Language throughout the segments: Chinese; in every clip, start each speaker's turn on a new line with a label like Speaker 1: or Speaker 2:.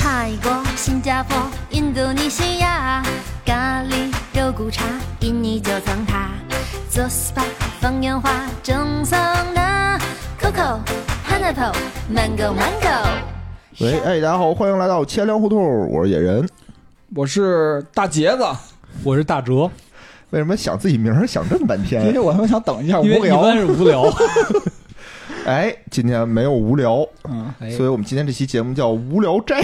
Speaker 1: 泰国、新加坡、印度尼西亚，咖喱肉骨茶，印尼九层塔，做 SPA 放烟花，蒸桑拿，Coco、Pineapple、Mango Mango。
Speaker 2: 喂，哎，大家好，欢迎来到千粮胡同，我是野人。
Speaker 3: 我是大杰子，
Speaker 4: 我是大哲，
Speaker 2: 为什么想自己名儿想这么半
Speaker 3: 哎因
Speaker 2: 天
Speaker 4: 哎
Speaker 3: 为？我他妈想等一下无
Speaker 4: 因为一
Speaker 3: 聊。
Speaker 4: 般是 无聊，
Speaker 2: 哎，今天没有无聊，
Speaker 3: 嗯，
Speaker 4: 哎
Speaker 2: 所以我们今天这期节目叫《无聊 斋》。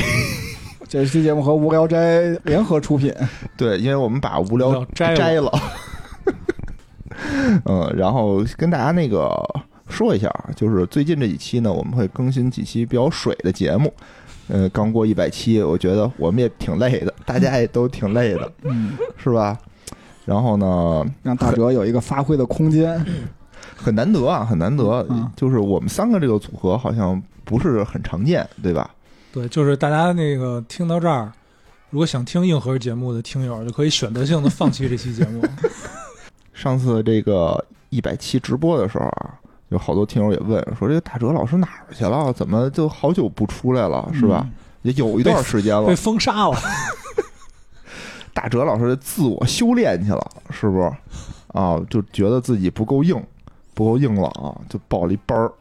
Speaker 3: 这期节目和无聊斋联合出品，
Speaker 2: 对，因为我们把无
Speaker 4: 无
Speaker 2: 聊
Speaker 4: 聊斋了
Speaker 2: 了。 嗯，然后跟大家那个说一下，就是最近这几期呢，我们会更新几期比较水的节目。呃，刚过一百期，我觉得我们也挺累的，大家也都挺累的，
Speaker 3: 嗯，
Speaker 2: 是吧？然后呢，
Speaker 3: 让大哲有一个发挥的空间。
Speaker 2: 很难得啊，很难得
Speaker 3: 嗯，
Speaker 2: 就是我们三个这个组合好像不是很常见，对吧？
Speaker 4: 对，就是大家那个听到这儿，如果想听硬核节目的听友，就可以选择性的放弃这期节 目。
Speaker 2: 上次这个一百期直播的时候啊，有好多听友也问说，这个大哲老师哪儿去了？怎么就好久不出来了，是吧？也有一段时间了
Speaker 4: 被，封杀了，
Speaker 2: 大哲老师自我修炼去了，是不是？啊，就觉得自己不够硬，不够硬朗，啊就报了一班儿，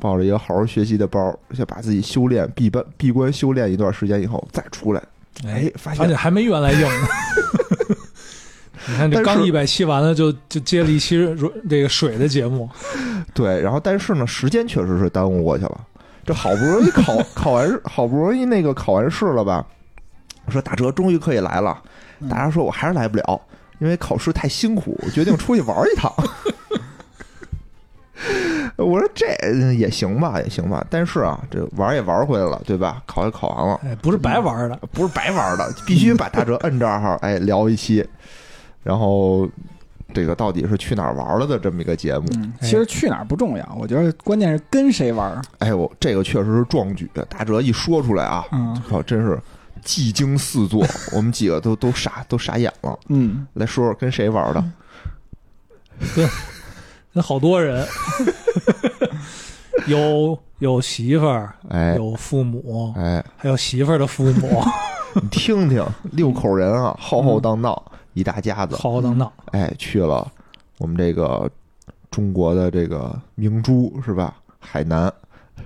Speaker 2: 报了一个好好学习的班儿，想把自己修炼闭关闭关修炼一段时间以后再出来。哎，发
Speaker 4: 而
Speaker 2: 现
Speaker 4: 且还没原来硬 呢。你看，这
Speaker 2: 但
Speaker 4: 刚
Speaker 2: 是
Speaker 4: 一百期完了，就就接了一期软这个水的节目，
Speaker 2: 对，然后但是呢，时间确实是耽误过去了。这好不容易考考完试，好不容易那个考完试了吧？我说大哲终于可以来了，大哲说我还是来不了，因为考试太辛苦，我决定出去玩一趟。我说这嗯也行吧，也行吧，但是啊，这玩儿也玩儿回来了，对吧？考也考完了，
Speaker 4: 哎，不是白玩的。
Speaker 2: 不是白玩儿的，必须把大哲摁这儿，哎，聊一期，然后这个到底是去哪儿玩儿了的这么一个节目。
Speaker 3: 嗯，其实去哪儿不重要，我觉得关键是跟谁玩儿。
Speaker 2: 哎呦，这个确实是壮举。啊大哲一说出来啊，
Speaker 3: 嗯
Speaker 2: 靠，真是技惊四座，我们几个都都傻都傻眼了。
Speaker 3: 嗯，
Speaker 2: 来说说跟谁玩的？
Speaker 4: 那好 多人，有有媳妇儿，
Speaker 2: 哎
Speaker 4: 嗯有父母，
Speaker 2: 哎，
Speaker 4: 还有媳妇儿的父 母，
Speaker 2: 你听听，六口人啊，浩浩荡荡一大家子，
Speaker 4: 浩浩荡荡。
Speaker 2: 哎，去了我们这个中国的这个明珠是吧？海南，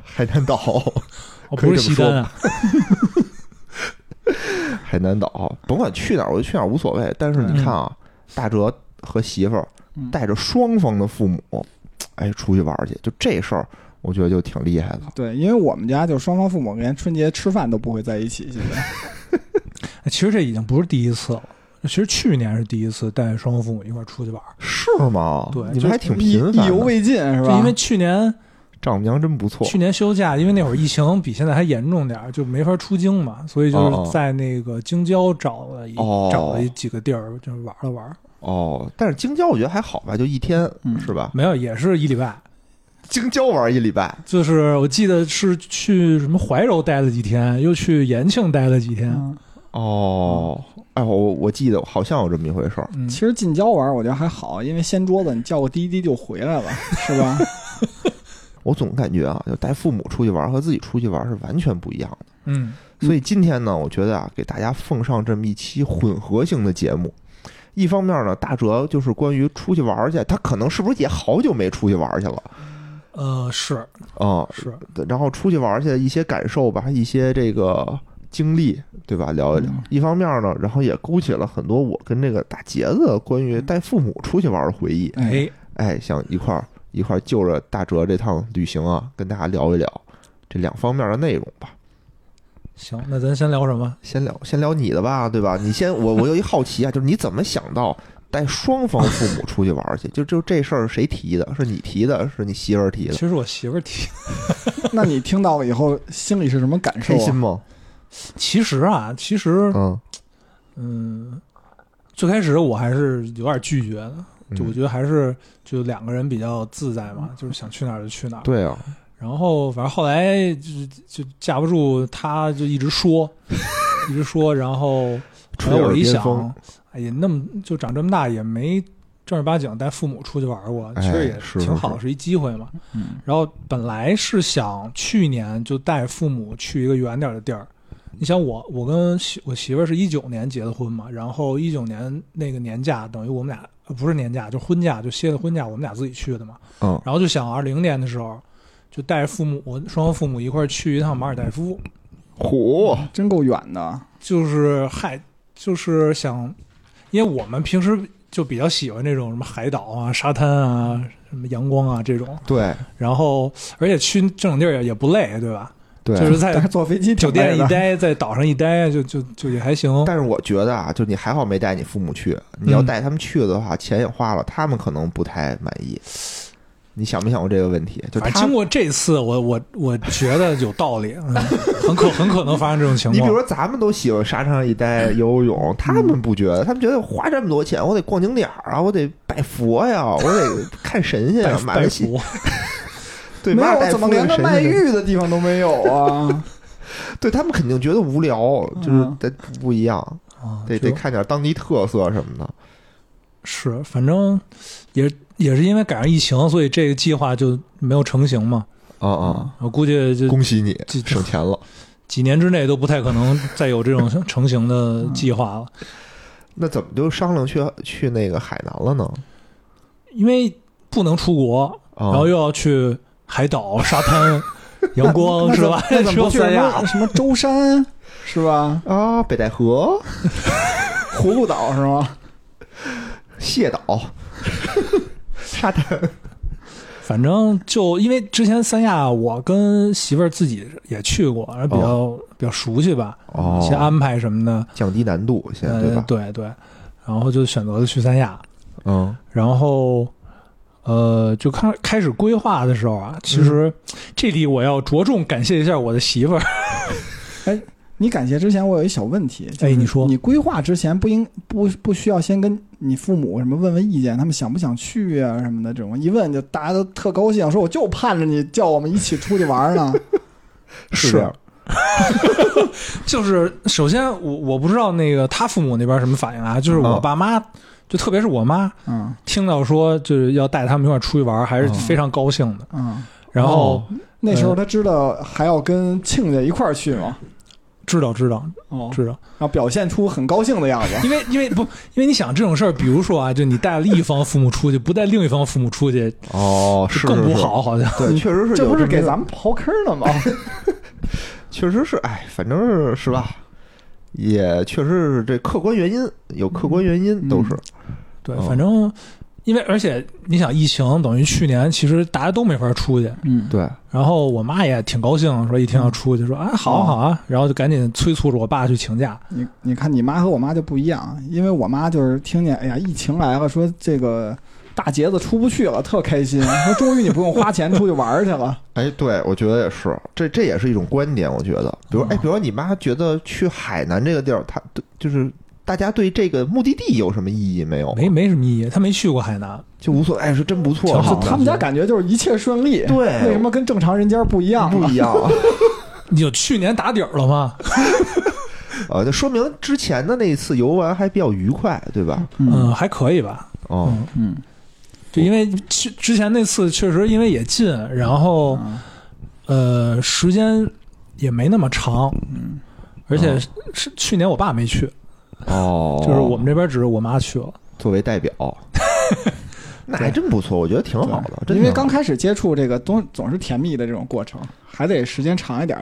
Speaker 2: 海南岛，嗯
Speaker 4: 我不是西单啊，
Speaker 2: 海南岛，甭管去哪儿，我就去哪儿无所谓。但是你看啊，大哲和媳妇儿
Speaker 3: 嗯
Speaker 2: 带着双方的父母，哎，出去玩儿去，就这事儿，我觉得就挺厉害的。
Speaker 3: 对，因为我们家就双方父母连春节吃饭都不会在一起，现在。
Speaker 4: 其实这已经不是第一次了。其实去年是第一次带双父母一块儿出去玩儿，
Speaker 2: 是吗？
Speaker 4: 对
Speaker 2: 你们还挺
Speaker 3: 意
Speaker 2: 频繁
Speaker 3: 意
Speaker 2: 的。
Speaker 3: 犹未尽是
Speaker 4: 就
Speaker 3: 吧？
Speaker 4: 因为去年
Speaker 2: 丈母娘真不错。
Speaker 4: 去年休假，因为那会儿疫情比现在还严重点儿，就没法出京嘛，所以就
Speaker 2: 哦哦
Speaker 4: 是在那个京郊找了一
Speaker 2: 哦
Speaker 4: 找了一几个地儿，就是玩了玩儿，
Speaker 2: 哦，但是京郊我觉得还好吧，就一天、
Speaker 3: 嗯
Speaker 2: 是吧？
Speaker 4: 没有也是一礼拜，
Speaker 2: 京郊玩一礼拜，
Speaker 4: 就是我记得是去什么怀柔待了几天，又去延庆待了几天，
Speaker 3: 嗯
Speaker 2: 哦，哎，我我记得好像有这么一回事儿。
Speaker 4: 嗯，
Speaker 3: 其实近郊玩儿我觉得还好，因为掀桌子你叫个滴滴就回来 了，是吧？
Speaker 2: 我总感觉啊，就带父母出去玩儿和自己出去玩儿是完全不一样的。
Speaker 4: 嗯，
Speaker 2: 所以今天呢，我觉得啊，给大家奉上这么一期混合性的节目。一方面呢，大哲就是关于出去玩儿去，他可能是不是也好久没出去玩儿去了
Speaker 4: 呃，是
Speaker 2: 啊、
Speaker 4: 是，
Speaker 2: 然后出去玩儿去一些感受吧，一些这个经历，对吧？聊一聊。
Speaker 3: 嗯
Speaker 2: 一方面呢，然后也勾起了很多我跟这个大杰子关于带父母出去玩儿的回忆。
Speaker 3: 哎，
Speaker 4: 哎，
Speaker 2: 哎，想一块儿一块儿就着大哲这趟旅行啊，跟大家聊一聊这两方面的内容吧。
Speaker 4: 行，那咱先聊什么？
Speaker 2: 先聊先聊你的吧，对吧？你先，我我有一好奇啊，就是你怎么想到带双方父母出去玩儿去？就就这事儿谁提的？是你提的？是你媳妇儿提的
Speaker 4: 其？实我媳妇儿提
Speaker 3: 那你听到了以后心里是什么感
Speaker 2: 开
Speaker 3: 受
Speaker 2: 哎心
Speaker 3: 啊？
Speaker 2: 吗？
Speaker 4: 其实啊，其实
Speaker 2: 嗯，
Speaker 4: 嗯，最开始我还是有点拒绝的，就我
Speaker 2: 嗯
Speaker 4: 觉得还是就两个人比较自在嘛，就是想去哪儿就去哪儿。
Speaker 2: 对啊，
Speaker 4: 然后反正后来就就架不住他就一 直说，一直说，然后
Speaker 2: 吹
Speaker 4: 后来我
Speaker 2: 耳
Speaker 4: 一
Speaker 2: 边
Speaker 4: 想
Speaker 2: 风，
Speaker 4: 哎呀，那么就长这么大也没正儿八经带父母出去玩过，
Speaker 2: 哎
Speaker 4: 其实也
Speaker 2: 是
Speaker 4: 挺
Speaker 2: 是
Speaker 4: 好，
Speaker 2: 是
Speaker 4: 是一机会嘛。
Speaker 3: 嗯
Speaker 4: 然后本来是想去年就带父母去一个远点儿的地儿，你想我，我跟媳我媳妇儿是一九年结的婚嘛，然后一九年那个年假，等于我们俩呃不是年假，就婚假，就歇的婚假，我们俩自己去的嘛。
Speaker 2: 嗯
Speaker 4: 然后就想二零年的时候，就带着父母，双方父母一块儿去一趟马尔代夫，
Speaker 2: 虎，
Speaker 4: 嗯
Speaker 3: 真够远的。
Speaker 4: 就是嗨，就是想，因为我们平时就比较喜欢这种什么海岛啊、沙滩啊、什么阳光啊这种，
Speaker 2: 对
Speaker 4: 然后而且去这种地儿也也不累，对吧？
Speaker 2: 对，
Speaker 4: 就是
Speaker 3: 但
Speaker 4: 在
Speaker 3: 是坐飞机挺
Speaker 4: 酒店
Speaker 3: 累
Speaker 4: 一
Speaker 3: 的
Speaker 4: 待，在岛上一待，就就就也还行。
Speaker 2: 但是我觉得啊，就你还好没带你父母去，你要
Speaker 4: 嗯
Speaker 2: 带他们去的话，钱也花了，他们可能不太满意。你想没想过这个问题？就
Speaker 4: 反
Speaker 2: 他
Speaker 4: 正经过这次，我我我觉得有道理，嗯、很可很可能发生这种情
Speaker 2: 你比如
Speaker 4: 况。
Speaker 2: 说，咱们都喜欢沙滩上一待游游泳，他们不觉得，他们觉得花这么多钱，我得逛景点儿啊，我得拜佛呀，我得看神仙
Speaker 4: 拜
Speaker 2: 呀，马来
Speaker 4: 拜
Speaker 2: 西
Speaker 4: 佛，
Speaker 2: 对，
Speaker 3: 没
Speaker 2: 马尔
Speaker 3: 有
Speaker 2: 代
Speaker 3: 怎么
Speaker 2: 夫
Speaker 3: 连
Speaker 2: 的
Speaker 3: 个
Speaker 2: 神
Speaker 3: 卖
Speaker 2: 仙
Speaker 3: 玉的地方都没有啊？
Speaker 2: 对他们肯定觉得无聊，就是
Speaker 3: 嗯
Speaker 2: 得不一样，
Speaker 4: 啊
Speaker 2: 得
Speaker 4: 就
Speaker 2: 得看点当地特色什么的。
Speaker 4: 是，反正也也是因为赶上疫情，所以这个计划就没有成型嘛。
Speaker 2: 啊 啊！
Speaker 4: 我估计就
Speaker 2: 恭喜你
Speaker 4: 这这
Speaker 2: 省钱了。
Speaker 4: 几年之内都不太可能再有这种成型的
Speaker 3: 嗯
Speaker 4: 计划了，
Speaker 2: 那怎么就商量去去那个海南了呢？
Speaker 4: 因为不能出国，
Speaker 2: 啊
Speaker 3: 哦
Speaker 4: 然后又要去海岛、沙滩、阳光，
Speaker 3: 那
Speaker 4: 哦是吧？
Speaker 3: 那怎么不去
Speaker 4: 三
Speaker 3: 什
Speaker 4: 亚
Speaker 3: 么？什么舟山是吧？
Speaker 2: 啊，北戴河、
Speaker 3: 葫芦岛是吗？
Speaker 2: 蟹岛、沙滩，
Speaker 4: 反正就因为之前三亚，我跟媳妇儿自己也去过，然后比较、比较熟悉吧，
Speaker 2: 哦
Speaker 4: 一些安排什么的，
Speaker 2: 降低难度，现在对
Speaker 4: 呃
Speaker 2: 吧，？
Speaker 4: 对对，然后就选择了去三亚，
Speaker 2: 嗯
Speaker 4: 然后呃，就开开始规划的时候啊，其实
Speaker 2: 嗯
Speaker 4: 这里我要着重感谢一下我的媳妇儿，
Speaker 3: 你感谢之前，我有一小问题。就是
Speaker 4: 哎你说
Speaker 3: 你规划之前不应不不需要先跟你父母什么问问意见，他们想不想去啊什么的这种，一问就大家都特高兴，说我就盼着你叫我们一起出去玩呢。
Speaker 2: 是啊这样
Speaker 4: 就是首先我我不知道那个他父母那边什么反应啊，就是我
Speaker 2: 嗯
Speaker 4: 爸妈，就特别是我妈
Speaker 3: 嗯
Speaker 4: 听到说就是要带他们一块儿出去玩儿，还是
Speaker 2: 嗯哦
Speaker 4: 非常高兴的，
Speaker 3: 嗯，
Speaker 4: 然后。
Speaker 3: 那
Speaker 4: 呃
Speaker 3: 时候他知道还要跟亲家一块儿去吗？
Speaker 4: 知道知道
Speaker 3: 哦，
Speaker 4: 知道，
Speaker 3: 然后表现出很高兴的样子。
Speaker 4: 因为因为不，因为你想这种事儿，比如说啊，就你带了一方父母出去，不带另一方父母出去，
Speaker 2: 哦，是
Speaker 4: 更不。
Speaker 2: 是是
Speaker 4: 好，好像。
Speaker 2: 对，确实是有
Speaker 3: 这不是
Speaker 2: 么
Speaker 3: 给
Speaker 2: 一个
Speaker 3: 咱们刨坑 呢吗？
Speaker 2: 确实是，哎，反正是是吧？也确实是这客观原因，有客观原因
Speaker 3: 嗯
Speaker 2: 都是。
Speaker 4: 对，
Speaker 2: 嗯
Speaker 4: 反正因为而且你想，疫情等于去年其实大家都没法出去，
Speaker 3: 嗯，
Speaker 2: 对，
Speaker 4: 然后我妈也挺高兴，说一听
Speaker 2: 嗯
Speaker 4: 要出去，说啊好啊好啊，然后就赶紧催促着我爸去请假。
Speaker 3: 你你看，你妈和我妈就不一样，啊因为我妈就是听见，哎呀，疫情来了，说这个大杰子出不去了，特开心，说终于你不用花钱出去玩去 了。
Speaker 2: 哎，对，我觉得也是，这这也是一种观点。我觉得，比如，
Speaker 3: 嗯
Speaker 2: 哎，比如你妈觉得去海南这个地儿，她对就是大家对这个目的地有什么意义没有？
Speaker 4: 没没什么意义，他没去过海南，
Speaker 2: 就无所谓，哎，是真不错，
Speaker 4: 挺好
Speaker 2: 是
Speaker 4: 的
Speaker 3: 他们家感觉就是一切顺利，
Speaker 2: 对
Speaker 3: 为什么跟正常人家不一样
Speaker 2: 不
Speaker 3: 呢？
Speaker 2: 一样。啊
Speaker 4: 你有去年打底儿了吗？
Speaker 2: 呃，就说明之前的那一次游玩还比较愉快，对吧？
Speaker 4: 嗯，还可以吧。
Speaker 2: 哦，
Speaker 4: 嗯
Speaker 3: 嗯，
Speaker 4: 就因为去之前那次确实因为也近，然后。
Speaker 2: 嗯
Speaker 4: 呃，时间也没那么长，
Speaker 3: 嗯，
Speaker 4: 而且
Speaker 2: 哦
Speaker 4: 是、是去年我爸没去，
Speaker 2: 哦，
Speaker 4: 就是我们这边只是我妈去了。
Speaker 2: 作为 代表，那还真不错，我觉得挺好的。真啊
Speaker 3: 因为
Speaker 2: 挺好
Speaker 3: 刚
Speaker 2: 的
Speaker 3: 开始接触这个总总是甜蜜的这种过程，还得时间长一点。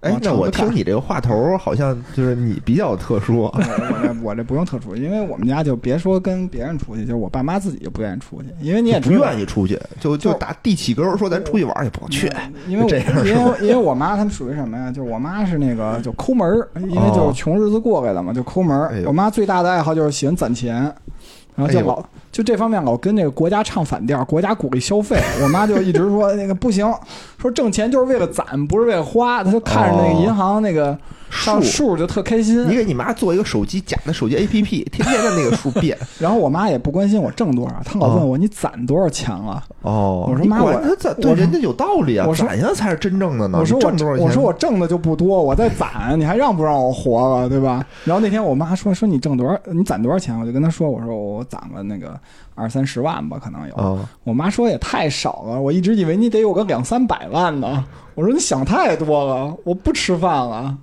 Speaker 2: 哎
Speaker 3: 往，
Speaker 2: 那
Speaker 3: 长
Speaker 2: 我
Speaker 3: 了看
Speaker 2: 听你这个话头儿，好像就是你比较特殊
Speaker 3: 我我这我这不用特殊，因为我们家就别说跟别人出去，就是我爸妈自己就不愿意出去，因为 你也
Speaker 2: 不
Speaker 3: 知道
Speaker 2: 愿意出去，就就打地起根儿说咱出去玩儿也不好去。
Speaker 3: 因为我
Speaker 2: 这样是
Speaker 3: 因
Speaker 2: 吧
Speaker 3: 为因为我妈他们属于什么呀？就是我妈是那个就抠门儿，因为就是穷日子过来的嘛，就抠门
Speaker 2: 哦哎
Speaker 3: 儿。
Speaker 2: 呦
Speaker 3: 我妈最大的爱好就是喜欢攒钱，然后
Speaker 2: 哎
Speaker 3: 就
Speaker 2: 呦
Speaker 3: 老就这方面老跟这个国家唱反调，国家鼓励消费。我妈就一直说那个不行，说挣钱就是为了攒，不是为了花。她就看着那个银行那个上
Speaker 2: 数，
Speaker 3: 数就特开心。
Speaker 2: 哦你给你妈做一个手机假的手机 APP，天天让那个数变。
Speaker 3: 然后我妈也不关心我挣多少，她老问我你攒多少钱了。
Speaker 2: 哦
Speaker 3: 我说
Speaker 2: 你
Speaker 3: 妈
Speaker 2: 管
Speaker 3: 我
Speaker 2: 他攒，
Speaker 3: 我
Speaker 2: 对
Speaker 3: 说
Speaker 2: 人家有道理啊，
Speaker 3: 我说
Speaker 2: 攒下才是真正的呢。
Speaker 3: 我说
Speaker 2: 啊你
Speaker 3: 我
Speaker 2: 挣多少钱？
Speaker 3: 我说我挣的就不多，我在攒，你还让不让我活了，对吧？然后那天我妈说说你挣多少，你攒多少钱？我就跟她说，我说我攒了那个二三十万吧，可能有。
Speaker 2: 啊，
Speaker 3: 我妈说也太少了，我一直以为你得有个两三百万呢。我说你想太多了，我不吃饭了。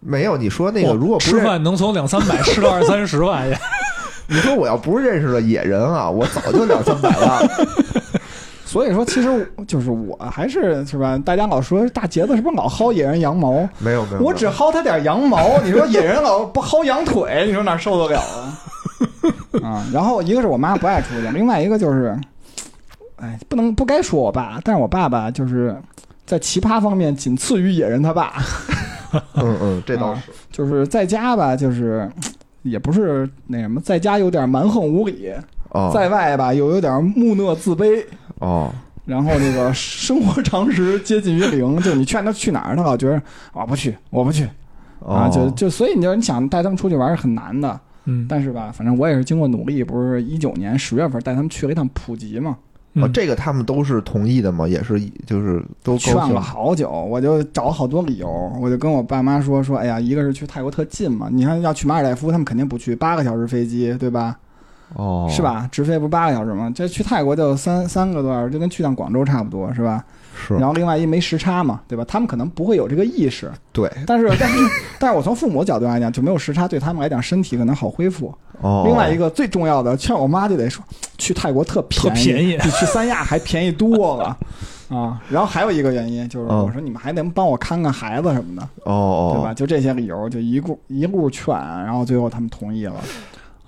Speaker 2: 没有，你说那个
Speaker 4: 哇
Speaker 2: 如果不
Speaker 4: 吃
Speaker 2: 认，
Speaker 4: 饭能从两三百吃到二三十 万也，
Speaker 2: 你说我要不认识了野人啊，我早就两三百了。
Speaker 3: 所以说，其实我就是我还是是吧？大家老说大杰子是不是老薅野人羊毛？
Speaker 2: 没有没有，
Speaker 3: 我只薅他点羊毛，你说野人老不薅羊腿，你说哪受得了 啊？啊，然后一个是我妈不爱出去，另外一个就是，哎，不能不该说我爸，但是我爸爸就是在奇葩方面仅次于野人他爸，
Speaker 2: 嗯嗯，这倒是。
Speaker 3: 就是在家吧，就是也不是那什么，在家有点蛮横无理，
Speaker 2: 哦
Speaker 3: 啊在外吧又有点木讷自卑，
Speaker 2: 哦，
Speaker 3: 然后这个生活常识接近于零，就你劝他去哪儿，他老觉得我不去，我不去啊，
Speaker 2: 哦
Speaker 3: 就就所以你就你想带他们出去玩是很难的，
Speaker 4: 嗯，
Speaker 3: 但是吧，反正我也是经过努力，不是一九年十月份带他们去了一趟普吉嘛，
Speaker 2: 哦，
Speaker 4: 嗯
Speaker 2: 这个他们都是同意的嘛，也是就是都
Speaker 3: 劝
Speaker 2: 高兴
Speaker 3: 了。好久，我就找好多理由，我就跟我爸妈说说，哎呀，一个是去泰国特近嘛，你看要去马尔代夫，他们肯定不去，八个小时飞机，对吧？
Speaker 2: 哦，
Speaker 3: 是？吧？直飞不是八个小时吗？这去泰国就三三个多小时，就跟去趟广州差不多，是吧？
Speaker 2: 是
Speaker 3: 然，后另外一没时差嘛，对吧？他们可能不会有这个意识，
Speaker 2: 对，
Speaker 3: 但是 但是但是我从父母角度来讲，就没有时差，对他们来讲身体可能好恢复。
Speaker 2: 哦，
Speaker 3: 另外一个最重要的，劝我妈就得说，去泰国特便宜，
Speaker 4: 特便 宜
Speaker 3: 比去三亚还便宜多 了啊。然后还有一个原因就是，
Speaker 2: 嗯
Speaker 3: 我说你们还能帮我看看孩子什么的，
Speaker 2: 哦哦，
Speaker 3: 对吧？就这些理由，就一路一路劝，然后最后他们同意了。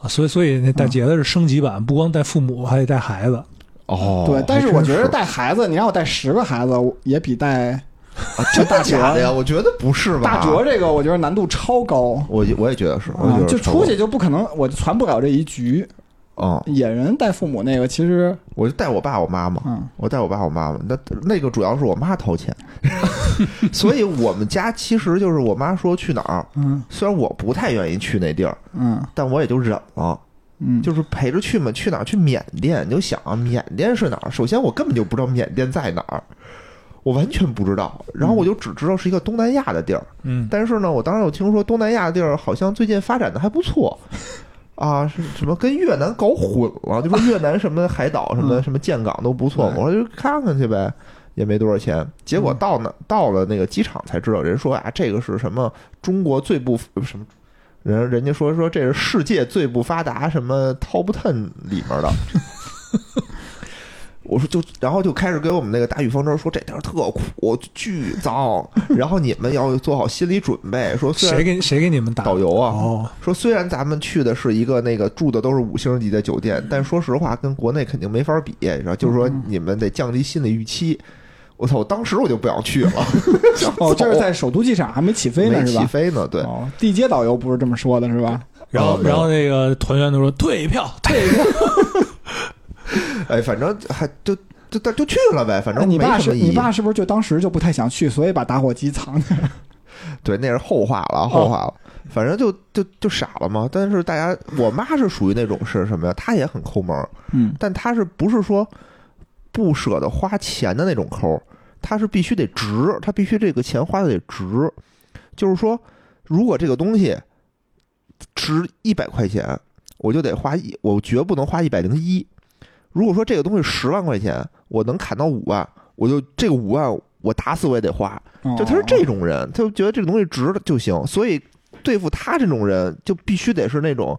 Speaker 4: 啊所以所以那
Speaker 2: 嗯
Speaker 4: 带杰的是升级版，不光带父母，还得带孩子。
Speaker 2: 哦，
Speaker 3: 对，但
Speaker 2: 还
Speaker 3: 是我
Speaker 2: 真
Speaker 3: 觉得带孩子，你让我带十个孩子，我也比带
Speaker 2: 啊真的假的呀？我觉得不是吧？
Speaker 3: 大哲这个，我觉得难度超高。
Speaker 2: 我也我也觉得是，啊我也
Speaker 3: 啊
Speaker 2: 觉，得
Speaker 3: 就是出去就不可能，我就传不了这一局。
Speaker 2: 啊，嗯
Speaker 3: 野人带父母那个，其实，
Speaker 2: 我就带我爸我妈嘛，
Speaker 3: 嗯，
Speaker 2: 我带我爸我妈妈，那那个主要是我妈掏钱， 所以我们家其实就是我妈说去哪儿，
Speaker 3: 嗯
Speaker 2: 虽然我不太愿意去那地儿，
Speaker 3: 嗯
Speaker 2: 但我也就忍了，
Speaker 3: 嗯，
Speaker 2: 就是陪着去嘛，去哪儿？去缅甸，你就想啊，缅甸是哪儿？首先我根本就不知道缅甸在哪儿，我完全不知道，然
Speaker 3: 嗯
Speaker 2: 后我就只知道是一个东南亚的地儿，
Speaker 4: 嗯，
Speaker 2: 但是呢，我当时有听说东南亚地儿好像最近发展的还不错，啊，是什么跟越南搞混了，就说越南什么海岛什么、
Speaker 3: 嗯
Speaker 2: 什么建港都不错，
Speaker 3: 对
Speaker 2: 我说就看看去呗，也没多少钱。结
Speaker 3: 嗯
Speaker 2: 果到那到了那个机场才知道，人说啊，这个是什么中国最不什么。人人家说说这是世界最不发达什么 Top Ten 里面的， 我说就，然后就开始给我们那个打雨风筝说这地儿特苦，巨脏，然后你们要做好心理准备。说虽
Speaker 4: 谁
Speaker 2: 然
Speaker 4: 给谁给你们打？
Speaker 2: 导游啊，
Speaker 4: 哦，
Speaker 2: 说虽然咱们去的是一个那个住的都是五星级的酒店，但说实话跟国内肯定没法比，然后就是说
Speaker 3: 嗯
Speaker 2: 你们得降低心理预期。我操！我当时我就不想去了，
Speaker 3: 哦，这 是在首都机场还没起飞
Speaker 2: 没
Speaker 3: 呢，是
Speaker 2: 起
Speaker 3: 吧？
Speaker 2: 飞呢，对，
Speaker 3: 哦，地接导游不是这么说的，是吧？
Speaker 4: 然后
Speaker 2: 哦没有
Speaker 4: 然后那个团员都说退票，退
Speaker 2: 哎，反正还就就就就去了呗，反
Speaker 3: 那
Speaker 2: 正
Speaker 3: 你
Speaker 2: 没
Speaker 3: 爸
Speaker 2: 什
Speaker 3: 是
Speaker 2: 么意
Speaker 3: 你
Speaker 2: 义。
Speaker 3: 爸是不是就当时就不太想去，所以把打火机藏起来？
Speaker 2: 对，那是后话了，
Speaker 3: 哦
Speaker 2: 后话了。反正就就就傻了嘛。但是大家，我妈是属于那种是什么呀？她也很抠门儿，
Speaker 3: 嗯
Speaker 2: 但她是不是说不舍得花钱的那种抠儿？她是必须得值，她必须这个钱花的得值。就是说，如果这个东西值一百块钱，我就得花一，我绝不能花一百零一。如果说这个东西十万块钱，我能砍到五万，我就这个五万，我打死我也得花。
Speaker 3: 哦
Speaker 4: 哦
Speaker 2: 就他是这种人，他就觉得这个东西值了就行，所以对付他这种人，就必须得是那种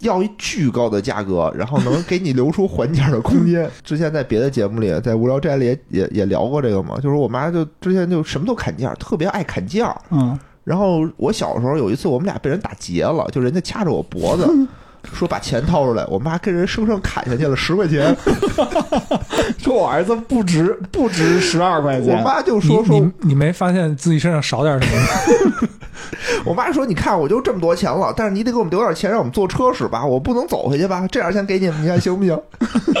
Speaker 2: 要一巨高的价格，然后能给你留出缓解的空 间。之前在别的节目里，在无聊斋里也也也聊过这个嘛，就是我妈就之前就什么都砍价，特别爱砍价。
Speaker 3: 嗯
Speaker 2: 然后我小时候有一次，我们俩被人打劫了，就人家掐着我脖子 说把钱掏出来，我妈跟人生生砍下去了十块 钱，
Speaker 3: 说我儿子不值不值十二块
Speaker 2: 我
Speaker 3: 钱，
Speaker 2: 妈就
Speaker 4: 你
Speaker 2: 说说
Speaker 4: 你你没发现自己身上少点什么吗？
Speaker 2: 我妈说：“你看，我就这么多钱了，但是你得给我们留点钱，让我们坐车使吧，我不能走回去吧？这点钱给你们，你看行不行？”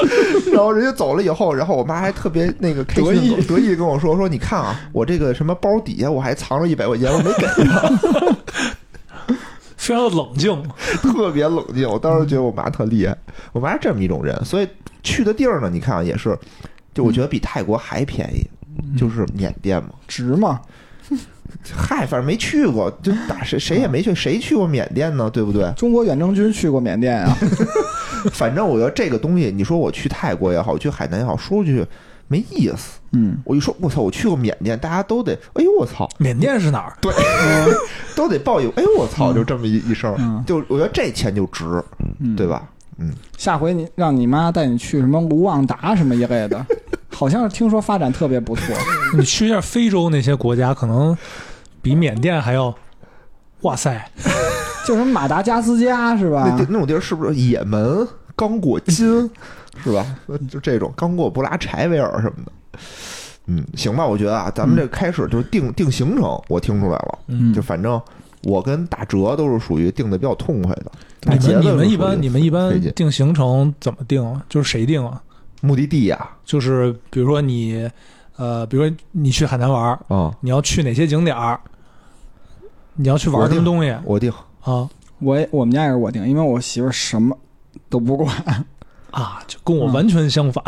Speaker 2: 然后人家走了以后，然后我妈还特别那个开心地跟得意地跟我说：“说你看啊，我这个什么包底下我还藏着一百块钱，我没给她，
Speaker 4: 非常的冷静。
Speaker 2: 特别冷静。”我当时觉得我妈特厉害，我妈是这么一种人，所以去的地儿呢，你看啊，也是，就我觉得比泰国还便宜，就是缅甸嘛。
Speaker 3: 值吗？
Speaker 2: 嗨，反正没去过，就打谁谁也没去，谁去过缅甸呢？对不对？
Speaker 3: 中国远征军去过缅 甸啊，
Speaker 2: 反正我觉得这个东西，你说我去泰国也好，去海南也好，说去没意思。
Speaker 3: 嗯，
Speaker 2: 我一说，我操，我去过缅甸，大家都得，哎呦我操，
Speaker 4: 缅甸是哪儿？
Speaker 2: 对， 都得报一，哎呦我操，就这么一一声
Speaker 3: 嗯，
Speaker 2: 就我觉得这钱就值，
Speaker 3: 嗯
Speaker 2: 对？吧？嗯，
Speaker 3: 下回你让你妈带你去什么卢旺达什么一类的，好像是听说发展特别不错。
Speaker 4: 你去一下非洲那些国家，可能比缅甸还要，哇塞，
Speaker 3: 就什么马达加斯加是吧
Speaker 2: 那？
Speaker 4: 啊
Speaker 2: 地那种地儿是不是也门、刚果金， 是吧？就这种刚果布拉柴维尔什么的。嗯，行吧，我觉得啊，咱们
Speaker 4: 嗯
Speaker 2: 这开始就定、定行程，我听出来了，
Speaker 3: 嗯
Speaker 2: 就反正我跟打折都是属于定的比较痛快的。打
Speaker 4: 你
Speaker 2: 节哎的
Speaker 4: 们你
Speaker 2: 是
Speaker 4: 们
Speaker 2: 属
Speaker 4: 一
Speaker 2: 于
Speaker 4: 般你们一
Speaker 2: 费
Speaker 4: 般
Speaker 2: 劲
Speaker 4: 定行程怎么定啊？就是谁定啊？
Speaker 2: 目的地呀、
Speaker 4: 就是比如说你，呃，比如说你去海南玩儿，
Speaker 2: 啊，
Speaker 4: 你要去哪些景点儿？你要去玩
Speaker 2: 我
Speaker 4: 什么
Speaker 2: 定
Speaker 4: 东西
Speaker 2: 我定
Speaker 4: 啊？
Speaker 3: 我也我们家也是我定，因为我媳妇儿什么都 不管。
Speaker 4: 啊，就跟我完全相反，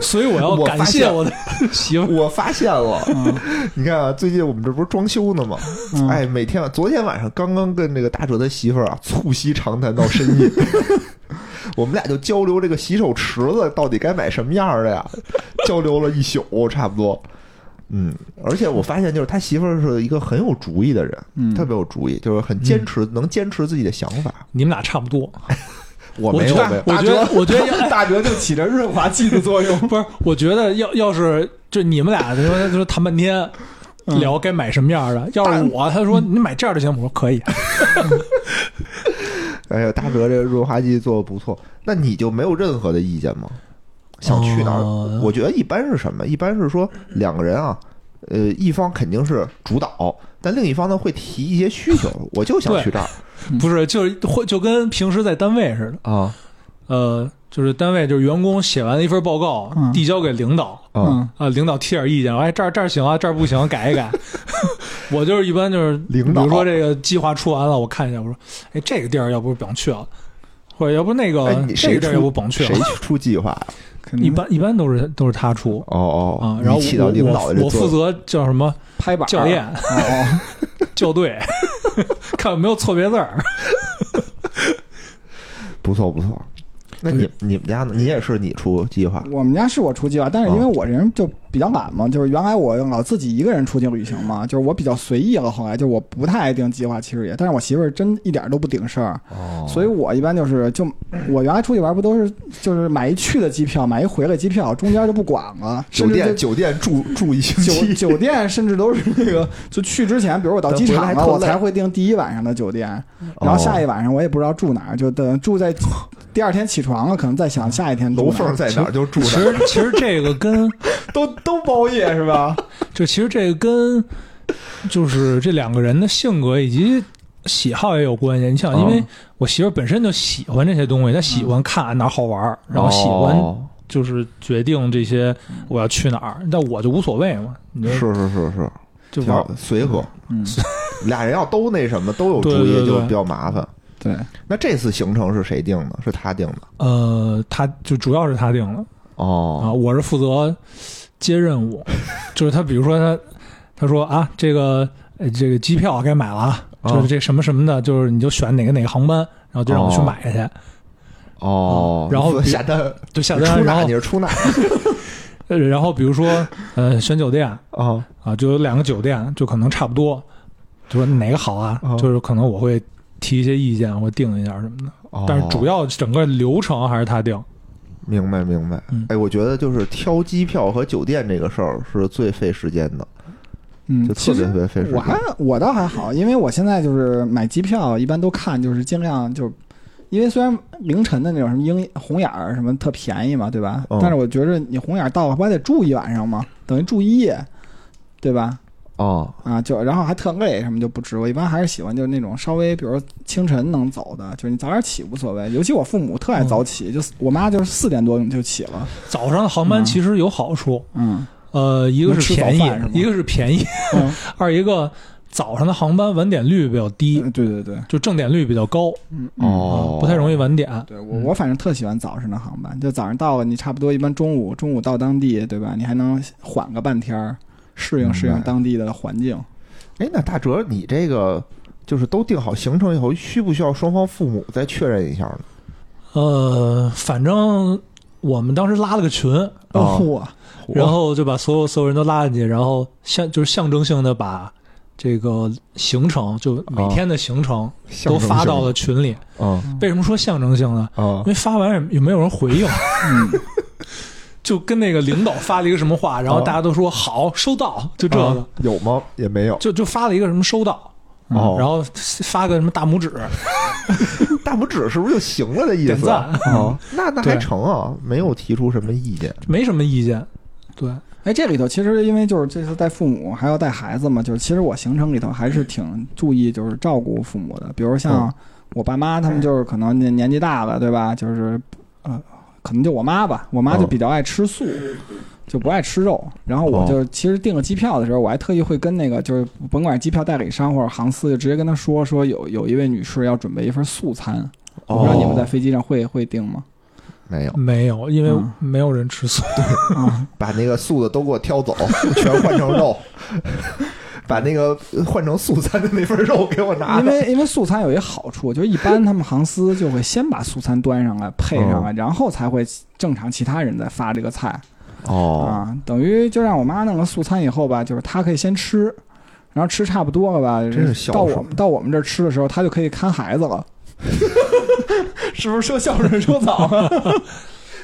Speaker 4: 所以我要
Speaker 2: 嗯我发
Speaker 4: 感谢
Speaker 2: 现
Speaker 4: 我的 媳妇 儿。
Speaker 2: 我发现了，
Speaker 3: 嗯
Speaker 2: 你看啊，最近我们这不是装修呢吗？
Speaker 3: 嗯
Speaker 2: 哎，每天昨天晚上刚刚跟这个大哲的媳妇儿啊促膝长谈到深夜， 我们俩就交流这个洗手池子到底该买什么样儿的呀，交流了一宿差不多。嗯，而且我发现就是他媳妇儿是一个很有主意的人，
Speaker 3: 嗯
Speaker 2: 特别有主意，就是很坚持，能坚持自己的想法。
Speaker 4: 你们俩差不多，
Speaker 2: 我
Speaker 4: 我
Speaker 2: 没有，
Speaker 4: 觉
Speaker 2: 没有
Speaker 4: 得，我觉得，我觉 得要
Speaker 3: 大哲就起着润滑剂的作用。
Speaker 4: 不是，我觉得要要是就你们俩说就是谈半天。
Speaker 3: 嗯
Speaker 4: 聊该买什么样的？要是我，他说你买这样就行，我说可以。
Speaker 2: 哎呀，大哲这个润滑剂做的不错，那你就没有任何的意见吗？想去哪儿？
Speaker 4: 哦
Speaker 2: 我觉得一般是什么？一般是说两个人啊，呃，一方肯定是主导，但另一方呢会提一些需求，我就想去这儿
Speaker 4: 不是，就是会就跟平时在单位似的，
Speaker 2: 啊
Speaker 4: 呃，就是单位就是员工写完一份报告
Speaker 3: 嗯，
Speaker 4: 递交给领导，
Speaker 2: 啊！
Speaker 3: 嗯，
Speaker 4: 啊，领导提点意见，哎，这儿这儿行啊，这儿不行，改 一改。我就是一般就是
Speaker 2: 领导
Speaker 4: 比如说这个计划出完了，我看一下，我说，哎，这个地儿要不不想去了，或者要不那个、
Speaker 2: 哎，你
Speaker 4: 呃这
Speaker 2: 谁
Speaker 4: 个地
Speaker 2: 出
Speaker 4: 儿要不不想去
Speaker 2: 谁
Speaker 4: 了。
Speaker 2: 出计划呀？
Speaker 3: 肯定
Speaker 4: 一般一般都是都是他出
Speaker 2: 哦哦，
Speaker 4: 啊，然后
Speaker 2: 你起到
Speaker 4: 我
Speaker 2: 领导的
Speaker 4: 我
Speaker 2: 这
Speaker 4: 我
Speaker 2: 作
Speaker 4: 负
Speaker 2: 用。
Speaker 4: 责叫什么
Speaker 3: 拍板儿
Speaker 4: 教练、
Speaker 3: 哦，
Speaker 4: 校对， 看有没有错别字儿。
Speaker 2: 不错不错。那你你们家呢？你也是你出计划
Speaker 3: 我们家是我出计啊划，但是因为
Speaker 2: 啊
Speaker 3: 我这人就比较懒嘛，就是原来我老自己一个人出去旅行嘛，就是我比较随意了。后来就是我不太爱定计划，其实也，但是我媳妇儿真一点儿都不顶事儿，
Speaker 2: 哦
Speaker 3: 所以我一般就是就我原来出去玩不都是就是买一去的机票，买一回来机票，中间就不管了，
Speaker 2: 酒
Speaker 3: 甚至
Speaker 2: 店
Speaker 3: 就
Speaker 2: 酒店住住一星
Speaker 3: 酒
Speaker 2: 期，
Speaker 3: 酒店甚至都是那个，就去之前，比如我到机场
Speaker 2: 回来
Speaker 3: 了，
Speaker 2: 特累哦
Speaker 3: 我才会订第一晚上的酒店，然后下一晚上我也不知道住哪儿，就等住在第二天起床了，可能再想下一天住
Speaker 2: 哦楼
Speaker 3: 哪儿
Speaker 2: 缝在哪儿就住
Speaker 4: 其
Speaker 2: 哪儿。
Speaker 4: 实其实这个跟
Speaker 3: 都都包夜是吧？
Speaker 4: 就其实这个跟就是这两个人的性格以及喜好也有关系。你想，
Speaker 2: 哦
Speaker 4: 因为我媳妇儿本身就喜欢这些东西，她喜欢看哪儿好玩儿，然后喜欢
Speaker 2: 嗯哦
Speaker 4: 就是决定这些我要去哪儿。但我就无所谓嘛，你就是
Speaker 2: 是是是，
Speaker 4: 就
Speaker 2: 挺
Speaker 4: 玩
Speaker 2: 好的随 和。
Speaker 3: 嗯，
Speaker 2: 俩人要都那什么，都有主
Speaker 4: 对对
Speaker 2: 意
Speaker 4: 对
Speaker 2: 就比较麻烦。
Speaker 3: 对，
Speaker 2: 那这次行程是谁定的？是他定的
Speaker 4: 呃，她就主要是她定了啊，
Speaker 2: 哦
Speaker 4: 我是负责接 任务，就是她比如说她她说啊这个。呃这个机票该买了啊，
Speaker 2: 哦
Speaker 4: 就是这什么什么的，就是你就选哪个哪个航班，然后就让我去
Speaker 2: 哦
Speaker 4: 买去，
Speaker 2: 哦
Speaker 4: 嗯 然后
Speaker 2: 下 单
Speaker 4: 就下
Speaker 2: 出
Speaker 4: 单，然
Speaker 2: 纳
Speaker 4: 后
Speaker 2: 你是出 纳
Speaker 4: 呃，然后比如说，呃，选酒店
Speaker 2: 啊
Speaker 4: 啊，就有两个酒店，就可能差不多，就说哪个好啊？
Speaker 2: 哦
Speaker 4: 就是可能我会提一些意见，我定一下什么的。
Speaker 2: 哦
Speaker 4: 但是主要整个流程还是他定。
Speaker 2: 明白明白
Speaker 4: 嗯。
Speaker 2: 哎，我觉得就是挑机票和酒店这个事儿是最费时间的，
Speaker 3: 嗯
Speaker 2: 就，
Speaker 3: 其
Speaker 2: 特别
Speaker 3: 实
Speaker 2: 特别费时
Speaker 3: 我还
Speaker 2: 间。
Speaker 3: 我倒还好，因为我现在就是买机票一般都看就是尽量就。因为虽然凌晨的那种什么鹰红眼儿什么特便宜嘛，对吧？
Speaker 2: 嗯
Speaker 3: 但是我觉着你红眼儿到了不还得住一晚上吗？等于住一夜，对吧？
Speaker 2: 哦
Speaker 3: 啊，就然后还特累什么就不值。我一般还是喜欢就是那种稍微，比如清晨能走的，就是你早点起无所谓。尤其我父母特爱
Speaker 2: 哦
Speaker 3: 早起，就是我妈就是四点多就起了。
Speaker 4: 早上的航班
Speaker 3: 嗯
Speaker 4: 其实有好处，
Speaker 3: 嗯
Speaker 4: 呃，一个
Speaker 3: 能吃
Speaker 4: 是
Speaker 3: 早
Speaker 4: 便宜
Speaker 3: 饭是吗，
Speaker 4: 一个是便宜，
Speaker 3: 嗯，
Speaker 4: 二一个早上的航班晚点率比较低，
Speaker 3: 嗯对对对，
Speaker 4: 就正点率比较高，
Speaker 3: 嗯，
Speaker 2: 哦
Speaker 4: 啊，不太容易晚点。
Speaker 3: 对
Speaker 2: 嗯
Speaker 3: 我我反正特喜欢早上的航班，就早上到了，你差不多一般中午中午到当地，对吧？你还能缓个半天儿，适应适
Speaker 2: 明
Speaker 3: 应
Speaker 2: 白
Speaker 3: 当地的环境。
Speaker 2: 哎，那大哲，你这个就是都定好行程以后，需不需要双方父母再确认一下呢？
Speaker 4: 呃，反正我们当时拉了个群，
Speaker 2: 啊
Speaker 3: 嚯、
Speaker 4: 然后就把所有所有人都拉进去，然后象就是象征性的把这个行程，就每天的行
Speaker 3: 哦
Speaker 4: 程都发到了群里。
Speaker 2: 啊
Speaker 4: 为什么说象征性呢？
Speaker 2: 啊
Speaker 4: 因为发完也也没有人回应，
Speaker 3: 嗯，
Speaker 4: 就跟那个领导发了一个什么话，
Speaker 3: 哦
Speaker 4: 然后大家都说好收到，就这个，
Speaker 2: 啊有吗？也没有
Speaker 4: 就就发了一个什么收到，
Speaker 2: 哦。
Speaker 4: 嗯然后发个什么大拇指
Speaker 2: 大拇指是不是就行了的意
Speaker 4: 点
Speaker 2: 思？
Speaker 4: 赞，
Speaker 3: 嗯
Speaker 2: 哦，那那还
Speaker 4: 对
Speaker 2: 成啊，没有提出什么意见。
Speaker 4: 没什么意见。对，
Speaker 3: 哎，这里头其实因为就是这次带父母还要带孩子嘛，就是其实我行程里头还是挺注意就是照顾父母的，比如像
Speaker 2: 嗯
Speaker 3: 我爸妈他们就是可能年年纪大了，对吧？就是呃，可能就我妈吧，我妈就
Speaker 2: 嗯
Speaker 3: 比较爱吃素。就不爱吃肉，然后我就其实订了机票的时候，我还特意会跟那个就是甭管机票代理商或者航司，就直接跟他说说有有一位女士要准备一份素餐，我
Speaker 2: 哦
Speaker 3: 不知道你们在飞机上会会订吗？
Speaker 2: 没有
Speaker 4: 没有，因为
Speaker 3: 嗯
Speaker 4: 没有人吃素。
Speaker 3: 啊，
Speaker 2: 把那个素的都给我挑走，全换成肉， 把那个换成素餐的那份肉给我拿
Speaker 3: 因
Speaker 2: 来。
Speaker 3: 为因为素餐有一个好处，就是一般他们航司就会先把素餐端上来配上来，然后才会正常其他人再发这个菜
Speaker 2: 哦，
Speaker 3: 啊。等于就让我妈弄了素餐以后吧，就是她可以先吃，然后吃差不多了吧，
Speaker 2: 真是孝顺
Speaker 3: 到我们到我们这儿吃的时候，她就可以看孩子 了。是不是说孝顺说早 啊？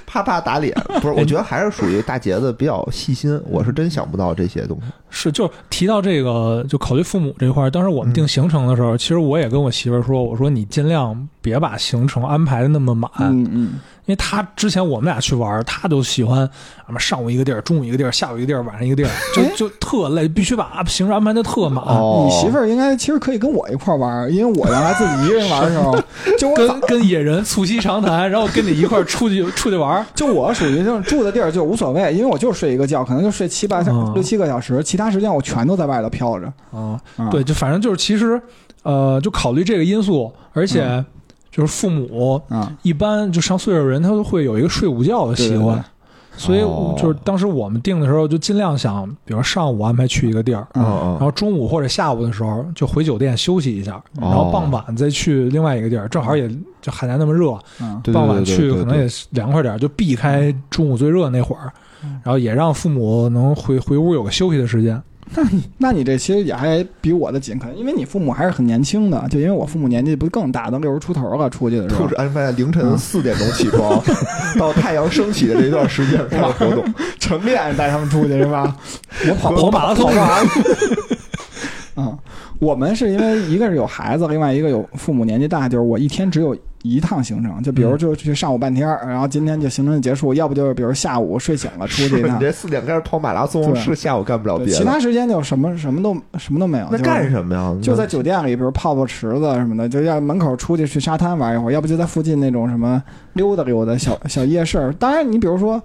Speaker 2: 啪啪打 脸，不是？我觉得还是属于大杰子比较细心，我是真想不到这些东西。
Speaker 4: 是，就是提到这个，就考虑父母这块儿。当时我们定行程的时候，其实我也跟我媳妇儿说，我说你尽量别把行程安排的那么满，
Speaker 3: 嗯嗯，
Speaker 4: 因为她之前我们俩去玩儿，她都喜欢什么上午一个地儿，中午一个地儿，下午一个地儿，晚上一个地儿，就
Speaker 3: 哎
Speaker 4: 就特累，必须把行程安排的特满。
Speaker 2: 哦
Speaker 3: 啊你媳妇儿应该其实可以跟我一块儿玩儿，因为我原来自己一个人玩儿的 时候，就我早
Speaker 4: 跟跟野人促膝长谈，然后跟你一块儿出去出去玩儿，
Speaker 3: 就我属于就是住的地儿就无所谓，因为我就睡一个觉，可能就睡七八小、
Speaker 4: 嗯
Speaker 3: 六七个小时，其他时间我全都在外头飘着。
Speaker 4: 啊，
Speaker 3: 啊
Speaker 4: 对，，就反正就是其实，呃，就考虑这个因素，而且
Speaker 2: 嗯
Speaker 4: 就是父母
Speaker 3: 嗯，
Speaker 4: 一般就上岁数的人，他都会有一个睡午觉的
Speaker 3: 对
Speaker 4: 习
Speaker 3: 对
Speaker 4: 惯
Speaker 3: 对，
Speaker 4: 所以
Speaker 2: 哦
Speaker 4: 就是当时我们定的时候，就尽量想，比如上午安排去一个地儿，
Speaker 3: 嗯
Speaker 4: 然
Speaker 2: 嗯
Speaker 4: 后中午或者下午的时候就回酒店休息一下，
Speaker 2: 哦
Speaker 4: 然后傍晚再去另外一个地儿，正好也就海南那么热，
Speaker 3: 嗯，
Speaker 2: 对
Speaker 4: 傍晚
Speaker 2: 对对
Speaker 4: 去
Speaker 2: 对
Speaker 4: 可能也凉快点儿，就避开中午最热那会儿，
Speaker 2: 嗯
Speaker 4: 然后也让父母能回回屋有个休息的时间。
Speaker 3: 那你这其实也还比我的紧，可能因为你父母还是很年轻的，就因为我父母年纪不更大，都六十出头了，出去的时候
Speaker 2: 就是安排在凌晨四点钟起 床，到太阳升起的这段时间开始活动。
Speaker 3: 晨练带他们出去是吧？ 我跑
Speaker 4: 跑马拉松
Speaker 3: 跑马拉松。 嗯，我们是因为一个是有孩子，另外一个有父母年纪大，就是我一天只有一趟行程，就比如就去上午半天儿，然后今天就行程就结束，要不就是比如下午睡醒了出
Speaker 2: 是
Speaker 3: 去一
Speaker 2: 你
Speaker 3: 趟，
Speaker 2: 这四点开始跑马拉松，
Speaker 3: 对
Speaker 2: 是下午干不了
Speaker 3: 对
Speaker 2: 别
Speaker 3: 其
Speaker 2: 的。啊
Speaker 3: 他时间就什么什么都什么都没有。
Speaker 2: 那
Speaker 3: 就是
Speaker 2: 干什么呀？
Speaker 3: 就在酒店里，比如泡泡池子什么的，就要门口出去去沙滩玩一会儿，要不就在附近那种什么溜达溜达小小夜市儿。当然，你比如说，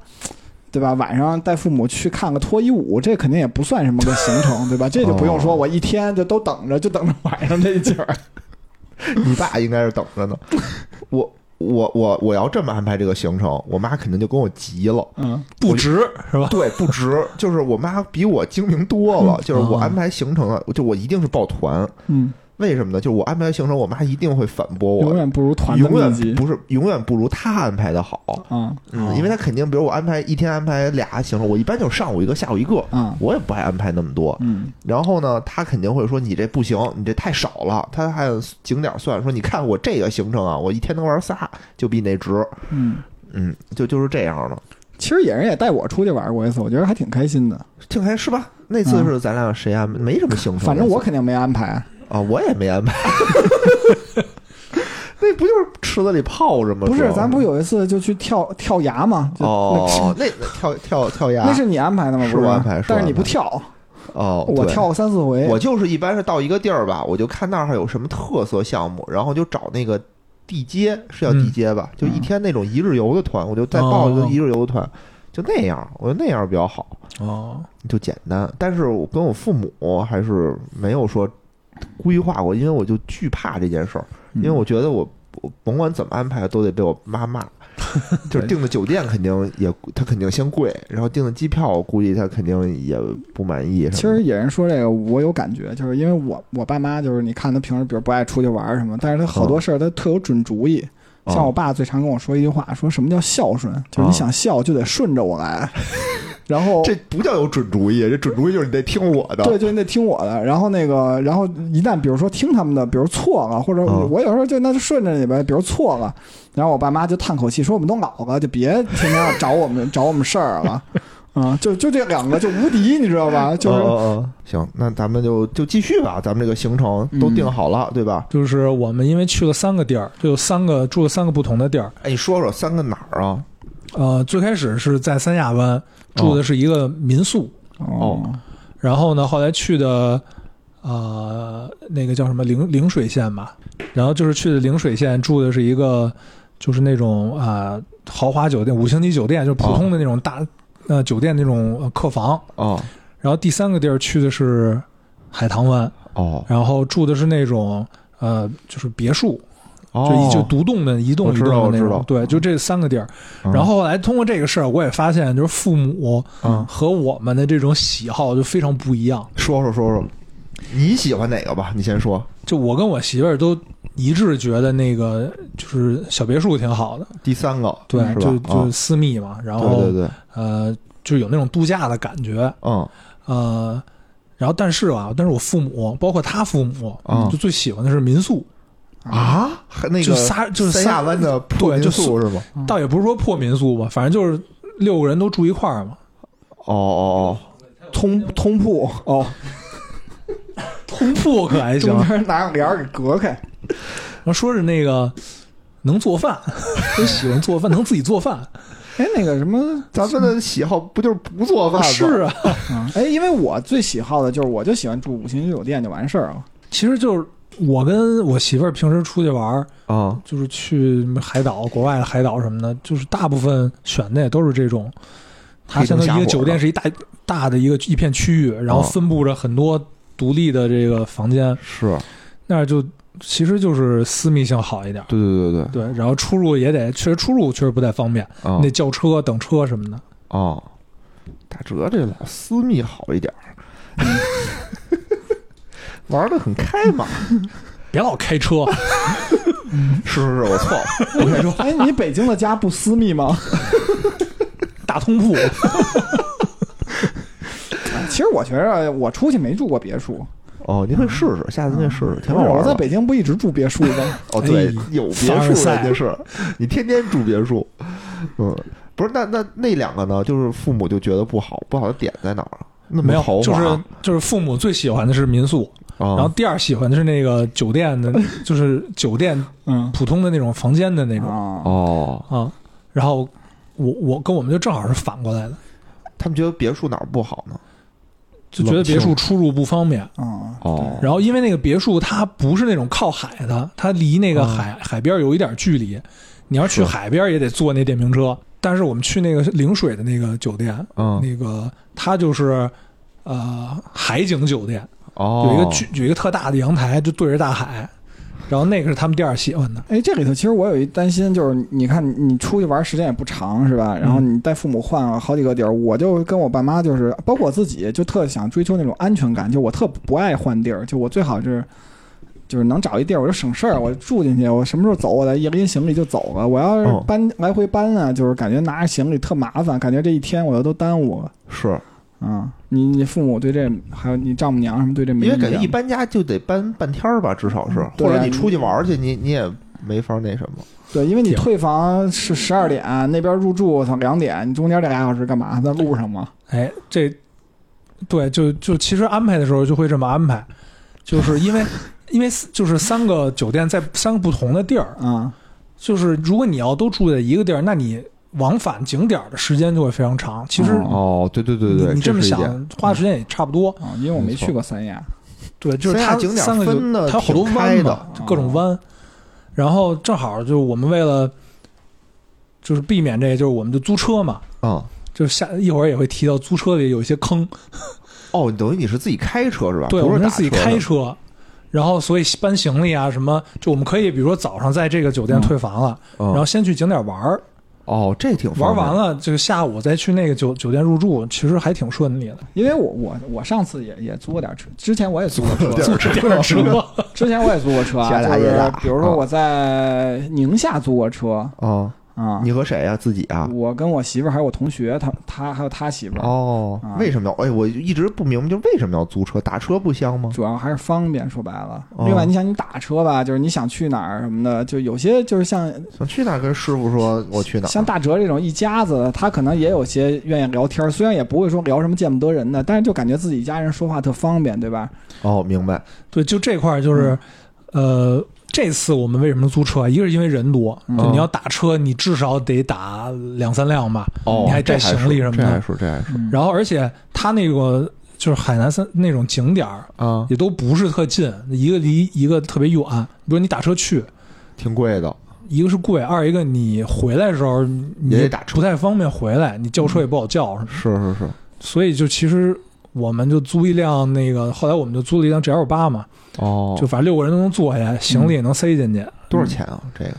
Speaker 3: 对吧？晚上带父母去看个脱衣舞，这肯定也不算什么个行程，对吧？这就不用
Speaker 2: 哦
Speaker 3: 说，我一天就都等着，就等着晚上这一景 儿。
Speaker 2: 你爸应该是等 着呢。我我我我要这么安排这个行程，我妈肯定就跟我急了。
Speaker 3: 嗯，
Speaker 4: 不值是吧？
Speaker 2: 对，不值，就是我妈比我精明多了。就是我安排行嗯程啊，就我一定是抱团。
Speaker 3: 嗯，
Speaker 2: 为什么呢？就是我安排行程，我妈一定会反驳
Speaker 3: 永
Speaker 2: 我，
Speaker 3: 远不如团的
Speaker 2: 永
Speaker 3: 密
Speaker 2: 远
Speaker 3: 集
Speaker 2: 不是永远不如她安排的好。
Speaker 3: 啊
Speaker 2: 嗯，因为她肯定，比如我安排一天安排俩行程，我一般就是上午一个，下午一个，
Speaker 3: 啊
Speaker 2: 我也不爱安排那么多。
Speaker 3: 嗯
Speaker 2: 然后呢，他肯定会说你这不行，你这太少了。他还按景点算，说你看我这个行程啊，我一天能玩仨，就比你那值。
Speaker 3: 嗯。
Speaker 2: 嗯，就就是这样的。
Speaker 3: 其实野人也带我出去玩过一次，我觉得还挺开心的。
Speaker 2: 挺开是吧？那次是咱俩谁安排？没什么行程，
Speaker 3: 嗯反正我肯定没安排，
Speaker 2: 啊，我也没安 排。那不就是池子里泡着吗？
Speaker 3: 不是，咱不
Speaker 2: 有
Speaker 3: 有一次就去跳跳崖嘛？就
Speaker 2: 嗯哦，那那跳跳跳崖
Speaker 3: 那是你安排的吗？
Speaker 2: 是
Speaker 3: 不
Speaker 2: 我安排是我
Speaker 3: 但是你不
Speaker 2: 安排
Speaker 3: 跳，
Speaker 2: 哦，
Speaker 3: 我
Speaker 2: 对
Speaker 3: 跳。过三四回。
Speaker 2: 我就是一般是到一个地儿吧，我就看那儿有什么特色项目，然后就找那个地接，是叫地接
Speaker 3: 嗯
Speaker 2: 吧？就一天那种一日游的团，我就再报一个
Speaker 4: 哦
Speaker 2: 一日游的团，就那样，我觉得那样比较好，
Speaker 4: 哦，
Speaker 2: 就简单。但是我跟我父母还是没有说规划过，因为我就惧怕这件事儿，
Speaker 3: 嗯
Speaker 2: 因为我觉得我。我甭管怎么安排，都得被我妈 骂。就是订的酒店肯定也，他肯定先贵，然后订的机票，我估计他肯定也不满意什么的。
Speaker 3: 其实野人说这个，我有感觉，就是因为我我爸妈就是你看他平时比如不爱出去玩儿什么，但是他好多事儿他特有准主意。
Speaker 2: 哦
Speaker 3: 像我爸最常跟我说一句话，说什么叫孝顺？就是你想孝就得顺着我来，然 后
Speaker 2: 这不叫有准主意，这准主意就是你得听我的。
Speaker 3: 对，就你得听我的。然后那个，然后一旦比如说听他们的，比如错了，或者
Speaker 2: 嗯
Speaker 3: 我有时候就那就顺着你呗，比如错了，然后我爸妈就叹口气说：“我们都老了，就别天天找我们找我们事儿了。”啊，就就这两个就无敌，你知道吧？就
Speaker 2: 哦
Speaker 3: 是
Speaker 2: 哦哦行，那咱们就就继续吧，咱们这个行程都定好了，对吧？
Speaker 4: 就是我们因为去了三个地儿，就有三个住了三个不同的地儿。
Speaker 2: 哎，你说说三个哪儿啊？
Speaker 4: 呃，最开始是在三亚湾住的是一个民宿，
Speaker 2: 哦
Speaker 4: 然后呢，后来去的呃那个叫什么陵陵水县吧，然后就是去的陵水县住的是一个就是那种啊、呃豪华酒店，五星级酒店，就是普通的那种大、呃酒店那种呃客房。
Speaker 2: 哦
Speaker 4: 然后第三个地儿去的是海棠湾，
Speaker 2: 哦
Speaker 4: 然后住的是那种呃就是别墅，
Speaker 2: 哦，
Speaker 4: 就一就独栋的，一
Speaker 2: 我
Speaker 4: 栋一
Speaker 2: 知道
Speaker 4: 栋的
Speaker 2: 我
Speaker 4: 那
Speaker 2: 知道
Speaker 4: 种。对，就这三个地儿。
Speaker 2: 嗯
Speaker 4: 然后后来通过这个事儿，我也发现，就是父母
Speaker 2: 嗯
Speaker 4: 和我们的这种喜好就非常不一样。
Speaker 2: 说说说说，你喜欢哪个吧？你先说。
Speaker 4: 就我跟我媳妇儿都一致觉得那个就是小别墅挺好的，
Speaker 2: 第三个，
Speaker 4: 对，
Speaker 2: 是吧？
Speaker 4: 就
Speaker 2: 啊
Speaker 4: 就私密嘛，然后
Speaker 2: 对对对，
Speaker 4: 呃，就有那种度假的感觉，
Speaker 2: 嗯
Speaker 4: 呃。然后，但是啊吧，但是我父母，包括他父母，
Speaker 2: 嗯
Speaker 4: 就最喜欢的是民宿，
Speaker 2: 啊，还那个
Speaker 4: 就仨就是
Speaker 2: 三
Speaker 4: 仨
Speaker 2: 亚湾的破
Speaker 4: 对
Speaker 2: 民
Speaker 4: 就
Speaker 2: 宿是吗？
Speaker 3: 嗯
Speaker 4: 倒也不是说破民宿吧，反正就是六个人都住一块儿嘛，
Speaker 2: 哦哦
Speaker 3: 通通铺哦，
Speaker 4: 通铺可还行
Speaker 3: 中。间拿个帘儿给隔开。
Speaker 4: 然后说是那个能做饭， 都喜欢做饭，能自己做 饭。
Speaker 3: 哎，那个什么
Speaker 2: 哦，，咱们的喜好不就是不做饭吗？
Speaker 4: 是啊，
Speaker 3: 哎，因为我最喜好的就是我就喜欢住五星级酒店就完事儿了。
Speaker 4: 其实就是我跟我媳妇儿平时出去玩儿，
Speaker 2: 啊，
Speaker 4: 就是去海岛、国外的海岛什么的，就是大部分选的也都是这种。它
Speaker 2: 黑灯
Speaker 4: 相当
Speaker 2: 瞎
Speaker 4: 于一
Speaker 2: 火的
Speaker 4: 个酒店是一大大的一个一片区域，然后
Speaker 2: 哦
Speaker 4: 分布着很多独立的这个房间，
Speaker 2: 是，
Speaker 4: 那儿就其实就是私密性好一点儿。
Speaker 2: 对对对对，
Speaker 4: 对，然后出入也得，确实出入确实不太方便，
Speaker 2: 啊
Speaker 4: 你得叫车、等车什么的。
Speaker 2: 哦，打折这老私密好一点儿，玩的很开嘛。
Speaker 4: 别老开车，
Speaker 2: 是是是，我错了。
Speaker 4: 我跟你说，
Speaker 3: 哎，你北京的家不私密吗？
Speaker 4: 大通铺。
Speaker 3: 其实我觉着我出去没住过别墅，
Speaker 2: 哦，您可以试试，下次您可以试试，挺好玩
Speaker 3: 我
Speaker 2: 儿
Speaker 3: 在
Speaker 2: 的。
Speaker 3: 北京不一直住别墅 吗？
Speaker 2: 哦，对
Speaker 4: 哎，
Speaker 2: 有别
Speaker 4: 凡尔
Speaker 2: 墅
Speaker 4: 赛
Speaker 2: 人家是，你天天住别墅，嗯，不是？那那那两个呢？就是父母就觉得不好，不好的点在哪儿啊？那么
Speaker 4: 没有
Speaker 2: 豪，华
Speaker 4: 就是就是父母最喜欢的是民宿，
Speaker 2: 啊，
Speaker 4: 然后第二喜欢的是那个酒店 的，就是酒店
Speaker 3: 嗯，
Speaker 4: 普通的那种房间的那种
Speaker 3: 啊，
Speaker 2: 哦，
Speaker 4: 啊。然后我我跟我们就正好是反过来的，
Speaker 2: 他们觉得别墅哪儿不好呢？
Speaker 4: 就觉得别墅出入不方便。
Speaker 3: 嗯，
Speaker 2: 哦，
Speaker 4: 然后因为那个别墅它不是那种靠海的，它离那个海、海边有一点距离，你要去
Speaker 2: 啊是
Speaker 4: 海边也得坐那电瓶车。但是我们去那个陵水的那个酒店，
Speaker 2: 嗯，
Speaker 4: 那个它就是呃海景酒店。
Speaker 2: 哦，
Speaker 4: 有一个巨有一个特大的阳台，就对着大海，然后那个是他们第二喜欢的。
Speaker 3: 哎，这里头其实我有一担心，就是你看你出去玩时间也不长是吧？然后
Speaker 2: 嗯
Speaker 3: 你带父母换了好几个地儿，我就跟我爸妈就是，包括我自己，就特想追求那种安全感，就我特不爱换地儿，就我最好是。就是能找一地儿，我就省事儿，我住进去，我什么时候走，我再一拎行李就走了。我要
Speaker 2: 哦
Speaker 3: 是搬、来回搬啊，就是感觉拿着行李特麻烦，感觉这一天我又都耽误了。
Speaker 2: 是
Speaker 3: 嗯，你你父母对这，还有你丈母娘什么对这没
Speaker 2: 因为感
Speaker 3: 意
Speaker 2: 觉
Speaker 3: 见
Speaker 2: 一搬家就得搬半天儿吧，至少是，
Speaker 3: 对
Speaker 2: 或
Speaker 3: 啊
Speaker 2: 者你出去玩儿去，你你也没法那什么。
Speaker 3: 对，因为你
Speaker 4: 挺
Speaker 3: 退房是十二点，那边入住我操两点，你中间这俩小时干嘛？在路上吗？
Speaker 4: 哎，这对就就其实安排的时候就会这么安排，就是 因为因为就是三个酒店在三个不同的地儿，
Speaker 3: 啊、
Speaker 4: 就是如果你要都住在一个地儿，那你往返景点儿的时间就会非常长。其实
Speaker 3: 哦
Speaker 2: 哦，对对对
Speaker 4: 你你这么
Speaker 2: 是一点嗯
Speaker 4: 想，花的时间也差不多。
Speaker 3: 啊，因为我没
Speaker 2: 没错
Speaker 3: 去过三亚，
Speaker 4: 对，就是
Speaker 2: 三亚
Speaker 4: 它
Speaker 2: 景点
Speaker 4: 三个
Speaker 2: 分得
Speaker 4: 有它有好多
Speaker 2: 挺开
Speaker 4: 湾嘛
Speaker 2: 的，
Speaker 4: 就各种湾。然后正好就是我们为了就是避免这个，就是我们就租车嘛。
Speaker 2: 嗯，
Speaker 4: 就是下一会儿也会提到租车里有一些坑，
Speaker 2: 哦，等于你是自己开车是吧？
Speaker 4: 对，
Speaker 2: 不
Speaker 4: 我
Speaker 2: 啊是
Speaker 4: 们
Speaker 2: 打
Speaker 4: 是自己
Speaker 2: 的
Speaker 4: 开车，然后所以搬行李啊什么，就我们可以比如说早上在这个酒店退房了，
Speaker 2: 嗯
Speaker 4: 然后先去景点玩儿，
Speaker 2: 哦，这挺方
Speaker 4: 玩
Speaker 2: 便
Speaker 4: 完，了，这个下午再去那个酒酒店入住，其实还挺顺利 的。
Speaker 3: 因为我我我上次也也租过点车，之前我也租过车，
Speaker 2: 租
Speaker 4: 这点车，
Speaker 3: 之前我也租过车 啊，
Speaker 2: 瞎打
Speaker 3: 就
Speaker 2: 野打
Speaker 3: 是比如说我在宁夏租过车
Speaker 2: 哦，
Speaker 3: 啊，
Speaker 2: 你和谁呀、自己啊？
Speaker 3: 我跟我媳妇儿还有我同学，他他还有他媳妇儿，
Speaker 2: 哦
Speaker 3: 啊，
Speaker 2: 为什么要？哎，我一直不明白，就为什么要租车？打车不香吗？
Speaker 3: 主要还是方便，说白了。
Speaker 2: 哦
Speaker 3: 另外，你想你打车吧，就是你想去哪儿什么的，就有些就是像
Speaker 2: 想去哪儿跟师傅说我去哪儿？
Speaker 3: 像大哲这种一家子，他可能也有些愿意聊天儿，虽然也不会说聊什么见不得人的，但是就感觉自己一家人说话特方便，对吧？
Speaker 2: 哦，明白。
Speaker 4: 对，就这块儿就是，呃，这次我们为什么租车？一个是因为人多，
Speaker 3: 嗯
Speaker 4: 就你要打车，你至少得打两三辆吧，你还带
Speaker 2: 哦这
Speaker 4: 行李
Speaker 2: 是
Speaker 4: 什么
Speaker 2: 这还
Speaker 4: 的。啊
Speaker 2: 是这还是
Speaker 3: 嗯
Speaker 4: 然后，而且他那个就是海南三那种景点儿
Speaker 2: 啊，
Speaker 4: 也都不是特近，一个离一个特别远。比如你打车去，
Speaker 2: 挺贵的。
Speaker 4: 一个是贵，二一个你回来的时候你
Speaker 2: 也得打车嗯
Speaker 4: 不太方便回来，你叫车也不好叫，什么的
Speaker 2: 是是是，
Speaker 4: 所以就其实我们就租一辆那个，后来我们就租了一辆 GL 八嘛，
Speaker 2: 哦，嗯
Speaker 4: 就反正六个人都能坐下，行李也能塞进去。
Speaker 2: 多少钱啊？这个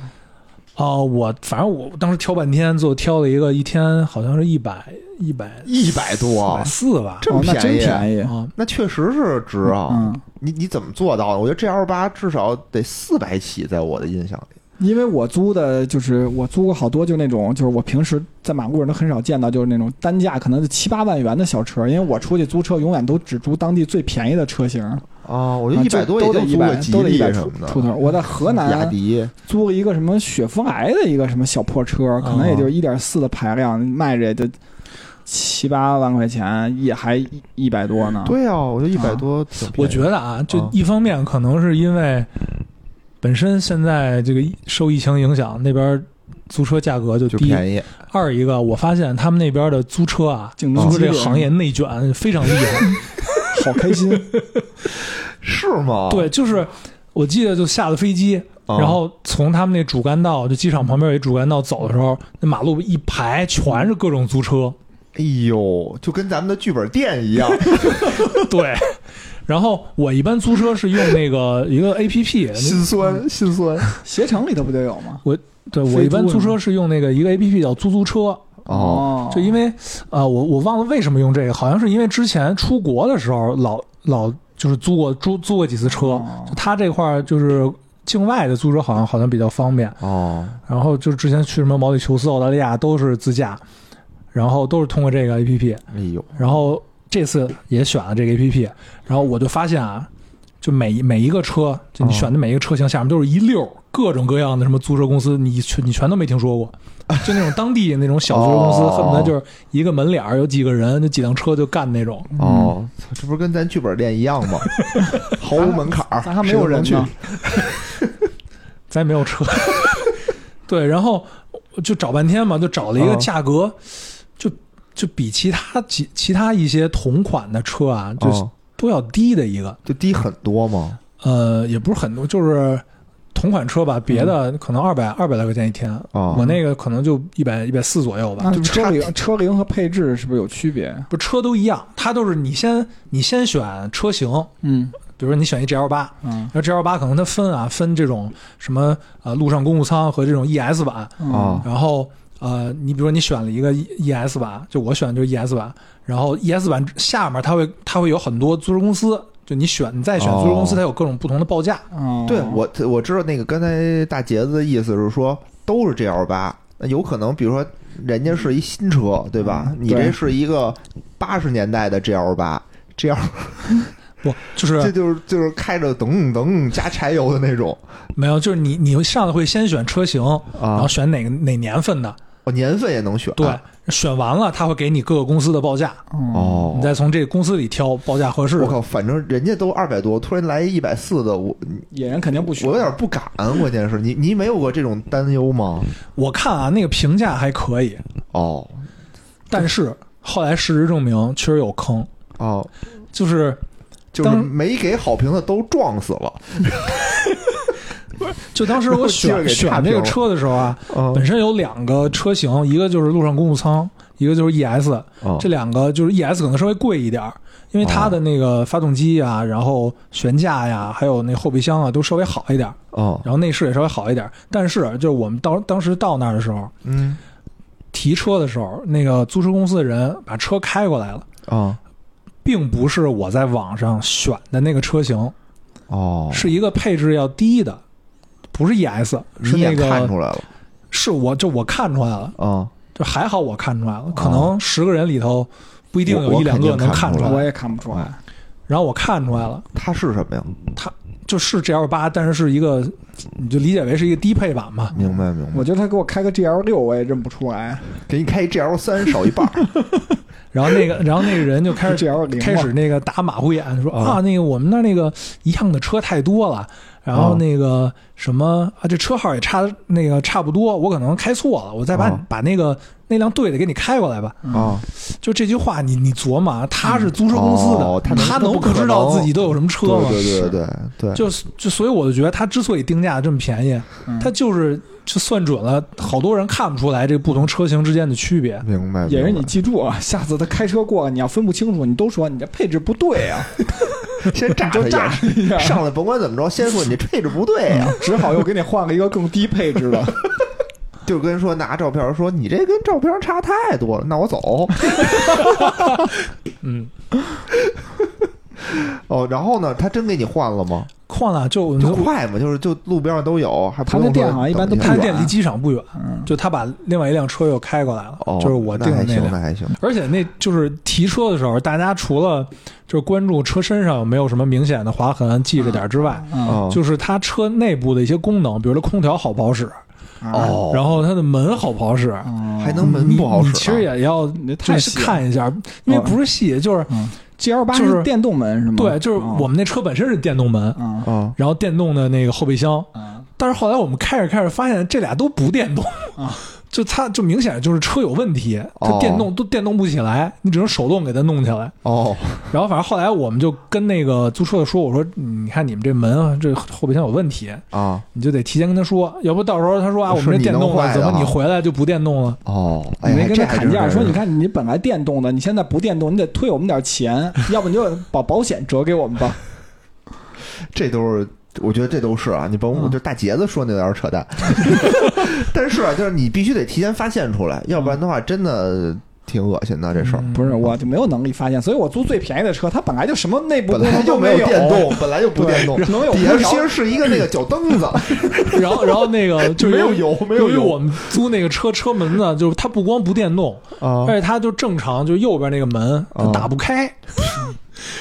Speaker 4: 哦，我反正我当时挑半天，最后挑了一个一天好像是一百一百
Speaker 2: 一百多啊，
Speaker 4: 四吧，
Speaker 2: 这
Speaker 3: 哦
Speaker 2: 么
Speaker 3: 那真
Speaker 2: 便宜？
Speaker 3: 便宜，
Speaker 4: 啊，
Speaker 2: 那确实是值啊！
Speaker 3: 嗯，
Speaker 2: 你你怎么做到的？我觉得 G L 八至少得四百起，在我的印象里。
Speaker 3: 因为我租的就是我租过好多，就那种就是我平时在马路上都很少见到，就是那种单价可能就七八万元的小车，因为我出去租车永远都只租当地最便宜的车型，
Speaker 2: 哦，我觉
Speaker 3: 啊
Speaker 2: 得一百
Speaker 3: 就
Speaker 2: 多
Speaker 3: 都
Speaker 2: 也
Speaker 3: 得
Speaker 2: 就
Speaker 3: 一
Speaker 2: 租个
Speaker 3: 百，
Speaker 2: 吉
Speaker 3: 都得
Speaker 2: 利
Speaker 3: 一百
Speaker 2: 什
Speaker 3: 出
Speaker 2: 么
Speaker 3: 出头。啊
Speaker 2: 的，
Speaker 3: 我在河
Speaker 2: 雅
Speaker 3: 南
Speaker 2: 迪
Speaker 3: 租了一个什么雪佛癌的一个什么小破
Speaker 4: 哦
Speaker 3: 车，可能也就是一点四的排量，卖着也就七八万块钱，也还一一百多呢。
Speaker 2: 对啊，我觉得一百
Speaker 3: 啊
Speaker 2: 多挺便宜，
Speaker 4: 我觉得啊，就
Speaker 2: 啊
Speaker 4: 一方面可能是因为本身现在这个受疫情影响，那边租车价格就
Speaker 2: 就
Speaker 4: 低。
Speaker 2: 便宜。
Speaker 4: 二一个，我发现他们那边的租车啊，
Speaker 3: 竞
Speaker 4: 租
Speaker 3: 争
Speaker 4: 车
Speaker 3: 激
Speaker 4: 这
Speaker 3: 烈
Speaker 4: 个行业内卷非常厉害。
Speaker 3: 好开心，
Speaker 2: 是吗？
Speaker 4: 对，就是我记得就下了飞机，
Speaker 2: 啊，
Speaker 4: 然后从他们那主干道，就机场旁边有一主干道走的时候，那马路一排全是各种租 车，
Speaker 2: 哎呦，就跟咱们的剧本店一 样，
Speaker 4: 对。然后我一般租车是用那个一个 A P P，
Speaker 2: 心酸心酸
Speaker 3: 携程里头不就有吗？
Speaker 4: 对
Speaker 3: 飞
Speaker 4: 我一般
Speaker 3: 租
Speaker 4: 租
Speaker 3: 是吗
Speaker 4: 车是用那个一个 A P P 叫租租车，
Speaker 2: 哦，
Speaker 4: 就因为啊、呃我我忘了为什么用这个，好像是因为之前出国的时候老老就是租过租租过几次车，
Speaker 3: 哦
Speaker 4: 就他这块儿就是境外的租车好像好像比较方便。
Speaker 2: 哦，
Speaker 4: 然后就是之前去什么毛里求斯、澳大利亚都是自驾，然后都是通过这个 APP，
Speaker 2: 哎呦，
Speaker 4: 然后这次也选了这个 APP，然后我就发现啊，就每每一个车，就你
Speaker 2: 哦
Speaker 4: 选的每一个车型下面都是一溜儿各种各样的什么租车公司，你全你全都没听说过，就那种当地那种小租车公司，
Speaker 2: 哦
Speaker 4: 恨不得就是一个门脸儿有几个人，就几辆车就干那种。
Speaker 2: 哦，
Speaker 3: 嗯
Speaker 2: 这不是跟咱剧本店一样 吗？毫无门槛儿，
Speaker 3: 咱还没有人
Speaker 2: 谁都
Speaker 3: 呢
Speaker 2: 能去。，
Speaker 4: 咱也没有车， 对，然后就找半天嘛，就找了一个
Speaker 2: 哦
Speaker 4: 价格，就就比其他其其他一些同款的车啊，就是
Speaker 2: 哦，
Speaker 4: 都要低的一个，
Speaker 2: 就低很多吗？
Speaker 4: 呃，也不是很多，就是同款车吧，别的可能二百二百来块钱一天，
Speaker 2: 哦
Speaker 4: 我那个可能就一百一百四左右吧。
Speaker 3: 那
Speaker 2: 就是
Speaker 3: 车
Speaker 2: 差
Speaker 3: 龄车龄和配置是不是有区别？
Speaker 4: 不，车都一样，它都是你先你先选车型，
Speaker 3: 嗯
Speaker 4: 比如说你选一 GL 八，
Speaker 3: 嗯
Speaker 4: 那 GL 八可能它分啊分这种什么呃陆上公务舱和这种 ES 版，
Speaker 2: 哦
Speaker 4: 然后呃，你比如说你选了一个 ES 版，就我选的就是 ES 版，然后 ES 版下面它会它会有很多租车公司，就你选你再选租车公司，
Speaker 2: 哦
Speaker 4: 它有各种不同的报价。
Speaker 3: 哦
Speaker 2: 对我我知道那个刚才大杰子的意思是说都是 GL 八，那有可能比如说人家是一新车，对吧
Speaker 3: 嗯？
Speaker 2: 你这
Speaker 3: 对
Speaker 2: 是一个八十年代的 GL 八。GL
Speaker 4: 不，就
Speaker 2: 这
Speaker 4: 是
Speaker 2: 就是就是开着噔噔加柴油的那种
Speaker 4: 没有，就是你你上来会先选车型，然
Speaker 2: 啊
Speaker 4: 后，选哪个哪年份的，
Speaker 2: 哦，年份也能选，
Speaker 4: 对，选完了它会给你各个公司的报价，
Speaker 3: 哦，
Speaker 2: 哦
Speaker 4: 你，再从这个公司里挑报价合适
Speaker 2: 我
Speaker 4: 的。
Speaker 2: 靠，反正人家都二百多，突然来一百四的，我
Speaker 3: 野人肯定不
Speaker 2: 我
Speaker 3: 选。
Speaker 2: 有点不敢。关键是你你没有过这种担忧吗？
Speaker 4: 我看啊，那个评价还可以，
Speaker 2: 哦
Speaker 4: 但是后来事实证明确实有坑，
Speaker 2: 哦，
Speaker 4: 就是
Speaker 2: 就是
Speaker 4: 当
Speaker 2: 没给好评的都撞死了。
Speaker 4: 就当 时我
Speaker 2: 接着
Speaker 4: 选
Speaker 2: 给差
Speaker 4: 选
Speaker 2: 评
Speaker 4: 这个
Speaker 2: 了
Speaker 4: 车的时候啊，
Speaker 2: 嗯
Speaker 4: 本身有两个车型，一个就是陆上公务舱，一个就是 ES，
Speaker 2: 哦
Speaker 4: 这两个就是 ES 可能稍微贵一点儿，因为它的那个发动机啊，然后悬架呀，还有那后备箱啊，都稍微好一点儿，
Speaker 2: 哦
Speaker 4: 啊然后内饰也稍微好一点儿。但是就是我们到当时到那儿的时候，
Speaker 2: 嗯
Speaker 4: 提车的时候，那个租车公司的人把车开过来了，
Speaker 2: 啊
Speaker 4: 并不是我在网上选的那个车型，
Speaker 2: 哦，
Speaker 4: 是一个配置要低的，不是 ES，是
Speaker 2: 你也
Speaker 4: 那
Speaker 2: 看
Speaker 4: 个
Speaker 2: 出来了
Speaker 4: 是我就我看出来了，
Speaker 2: 啊，
Speaker 4: 就还好我看出来了，可能十个人里头不一定有一两个能看出
Speaker 2: 哦我
Speaker 3: 我
Speaker 4: 来，
Speaker 3: 也看不出
Speaker 2: 哦
Speaker 3: 来。
Speaker 4: 然后我看出来了，
Speaker 2: 它是什么呀？
Speaker 4: 就是 GL 八，但是是一个你就理解为是一个低配版嘛，
Speaker 2: 明白明白
Speaker 3: 我，觉得他给我开个 GL 六，我也认不出来。
Speaker 2: 给你开一 GL 三少一半儿，
Speaker 4: 然后 那个，然后那个人就开始
Speaker 3: GL 零嘛
Speaker 4: 开始那个打马虎眼，说
Speaker 2: 啊
Speaker 4: 啊，那个我们那儿那个一样的车太多了，然后
Speaker 2: 啊
Speaker 4: 那个什么啊，这车号也差那个差不多，我可能开错了，我再把
Speaker 2: 啊
Speaker 4: 把那个那辆对的给你开过来吧。
Speaker 2: 啊，
Speaker 4: 就这句话，你你琢磨啊，他是租车公司
Speaker 2: 嗯哦
Speaker 4: 的，
Speaker 2: 他能他
Speaker 4: 他
Speaker 2: 不
Speaker 4: 可
Speaker 2: 可
Speaker 4: 知道
Speaker 2: 能
Speaker 4: 自己都有什么车吗？
Speaker 2: 对对对对对，
Speaker 4: 就就所以我就觉得他之所以定价这么便宜，
Speaker 3: 嗯
Speaker 4: 他就是就算准了，好多人看不出来这不同车型之间的区别。
Speaker 2: 明白，
Speaker 3: 也是你
Speaker 2: 明白
Speaker 3: 记住啊，下次他开车过，你要分不清楚，你都说你这配置不对啊，
Speaker 2: 先炸
Speaker 3: 就炸
Speaker 2: 他一
Speaker 3: 一下嗯
Speaker 2: 眼，，上来甭管怎么着，先说你这配置不对啊呀，
Speaker 3: 只好又给你换了一个更低配 置的。
Speaker 2: 就跟说拿照片说你这跟照片差太多了，那我走。
Speaker 4: 嗯，
Speaker 2: 哦，然后呢，他真给你换了吗？
Speaker 4: 换了啊就
Speaker 2: 就快嘛，就是就路边上都有，还不
Speaker 3: 他那
Speaker 2: 用说
Speaker 3: 店好像一般都
Speaker 2: 等
Speaker 4: 嗯他
Speaker 2: 下
Speaker 4: 的店离机场不远，
Speaker 3: 嗯，
Speaker 4: 就他把另外一辆车又开过来了，
Speaker 2: 哦，
Speaker 4: 就是我定
Speaker 2: 那还
Speaker 4: 的
Speaker 2: 行，
Speaker 4: 辆。
Speaker 2: 那还行。
Speaker 4: 而且那就是提车的时候，大家除了就是关注车身上有没有什么明显的划痕，记着点之外，
Speaker 3: 嗯
Speaker 2: 哦，
Speaker 4: 就是它车内部的一些功能，比如说空调好不好使，
Speaker 3: 啊，
Speaker 2: 哦，
Speaker 4: 然后它的门好不好使，
Speaker 3: 嗯
Speaker 2: 还能门不好
Speaker 4: 你
Speaker 2: 使啊哦
Speaker 4: 你
Speaker 2: 呢。
Speaker 4: 其实也要
Speaker 3: 你这太
Speaker 4: 就是
Speaker 3: 细了
Speaker 4: 看一下，因为不是细，就是
Speaker 3: 嗯，GL 八
Speaker 4: 就是
Speaker 3: 是电动门是吗？
Speaker 4: 对，就是
Speaker 2: 嗯
Speaker 3: 哦
Speaker 4: 我们那车本身是电动门，
Speaker 3: 嗯
Speaker 2: 啊，
Speaker 4: 然后电动的那个后备箱，
Speaker 3: 嗯
Speaker 4: 但是后来我们开着开着发现这俩都不电动
Speaker 3: 啊，
Speaker 4: 就它就明显就是车有问题，
Speaker 2: 哦
Speaker 4: 它电动都电动不起来，你只能手动给它弄起来。
Speaker 2: 哦，
Speaker 4: 然后反正后来我们就跟那个租车的说，我说嗯你看你们这门啊，这后备箱有问题，
Speaker 2: 啊，
Speaker 4: 你就得提前跟他说，要不到时候他说啊我
Speaker 2: 哦是
Speaker 4: 们这
Speaker 2: 你
Speaker 4: 电
Speaker 2: 弄
Speaker 4: 动
Speaker 2: 坏
Speaker 4: 了，
Speaker 2: 的
Speaker 4: 怎么
Speaker 2: 啊
Speaker 4: 你回来就不电动了？
Speaker 2: 哦，哎
Speaker 3: 你没
Speaker 2: 还
Speaker 3: 跟
Speaker 2: 这
Speaker 3: 他
Speaker 2: 还
Speaker 3: 砍价，
Speaker 2: 真是
Speaker 3: 说你看你本来电动的，你现在不电动，你得退我们点钱，要不你就把保险折给我们吧。
Speaker 2: 这都是。我觉得这都是啊，你甭
Speaker 3: 嗯
Speaker 2: 就大杰子说那有点扯 淡，但是啊，就是你必须得提前发现出来，要不然的
Speaker 3: 嗯
Speaker 2: 话真的挺恶心的这事儿。
Speaker 4: 嗯
Speaker 3: 不是，我就没有能力发现，所以我租最便宜的车，它本来就什么内部
Speaker 2: 本来
Speaker 3: 功能
Speaker 2: 就
Speaker 3: 都
Speaker 2: 没
Speaker 3: 有
Speaker 2: 有电动，本来就不电动，
Speaker 3: 对能有
Speaker 2: 底下
Speaker 3: 空调
Speaker 2: 其实是一个那个脚蹬 子，
Speaker 4: 然后然后那个就 是
Speaker 2: 没有油没有
Speaker 4: 由于
Speaker 2: 油
Speaker 4: 我们租那个车车门呢，就是它不光不电动，
Speaker 3: 哦
Speaker 2: 啊
Speaker 4: 而且它就正常，就右边那个门它
Speaker 2: 啊
Speaker 4: 打 不开，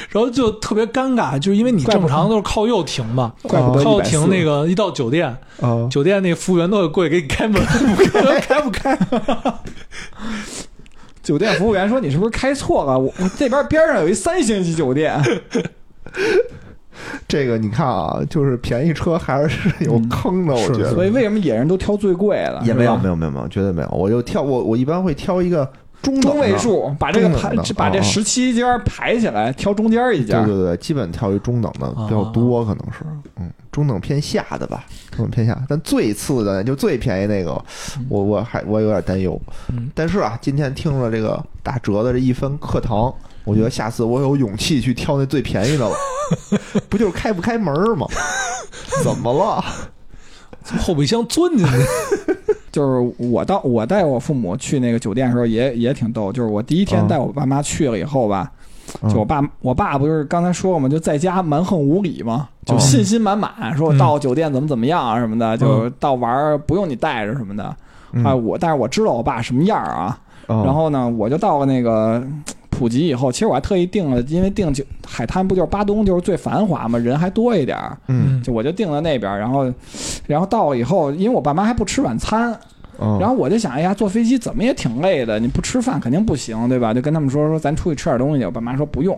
Speaker 4: 然后就特别尴尬，就因为你
Speaker 3: 怪不
Speaker 4: 正
Speaker 3: 得
Speaker 4: 常都是靠右停嘛，
Speaker 3: 怪不得
Speaker 4: 靠右
Speaker 3: 140
Speaker 4: 停那个一到酒店，
Speaker 2: 啊
Speaker 3: 哦
Speaker 4: 酒店那服务员都会过去给你开门，不开开不开，
Speaker 3: 酒店服务员说：“你是不是开错了？我我这边边上有一三星级酒店，
Speaker 2: 这个你看啊，就是便宜车还是有坑的，我
Speaker 4: 是
Speaker 2: 觉得
Speaker 3: 所以为什么野人都挑最贵的？
Speaker 2: 也没有没
Speaker 3: 有
Speaker 2: 有没有没有，绝对没有。我就挑我我一般会挑一个中等
Speaker 3: 中
Speaker 2: 的
Speaker 3: 位，数，把这个排
Speaker 2: 中等的
Speaker 3: 把这
Speaker 2: 啊啊
Speaker 3: 十七家排起来，挑中间一
Speaker 2: 对
Speaker 3: 家。啊
Speaker 2: 对对，基本挑一中等的比较多，可能是嗯中等偏下的吧，中等偏下。但最次的就最便宜那个，
Speaker 3: 嗯
Speaker 2: 我我还我有点担忧
Speaker 4: 嗯。
Speaker 2: 但是啊，今天听了这个打折的这一番课堂，我觉得下次我有勇气去挑那最便宜的 了。不就是开不开门儿吗？怎么 了？
Speaker 3: 啊
Speaker 4: 从后备箱钻进去，
Speaker 3: 就是我到我带我父母去那个酒店的时候也也挺逗，就是我第一天
Speaker 2: 嗯
Speaker 3: 带我爸妈去了以后吧，
Speaker 2: 啊
Speaker 3: 就我爸我爸不就是刚才说了嘛，就在家蛮横无理嘛，就
Speaker 2: 哦
Speaker 3: 信心满满，说我到酒店怎么怎么样啊什么的，就
Speaker 4: 嗯
Speaker 3: 到玩儿不用你带着什么的
Speaker 2: 嗯
Speaker 3: 啊。我但是我知道我爸什么样儿啊，
Speaker 2: 嗯
Speaker 3: 然后呢，我就到了那个嗯普吉以后，其实我还特意订了，因为订酒海滩不就是巴东就是最繁华嘛，人还多一点儿，
Speaker 2: 嗯
Speaker 3: 就我就订了那边儿。然后，然后到了以后，因为我爸妈还不吃晚餐，
Speaker 2: 嗯
Speaker 3: 然后我就想，哎呀，坐飞机怎么也挺累的，你不吃饭肯定不行，对吧？就跟他们说说，咱出去吃点东西去。我爸妈说不用，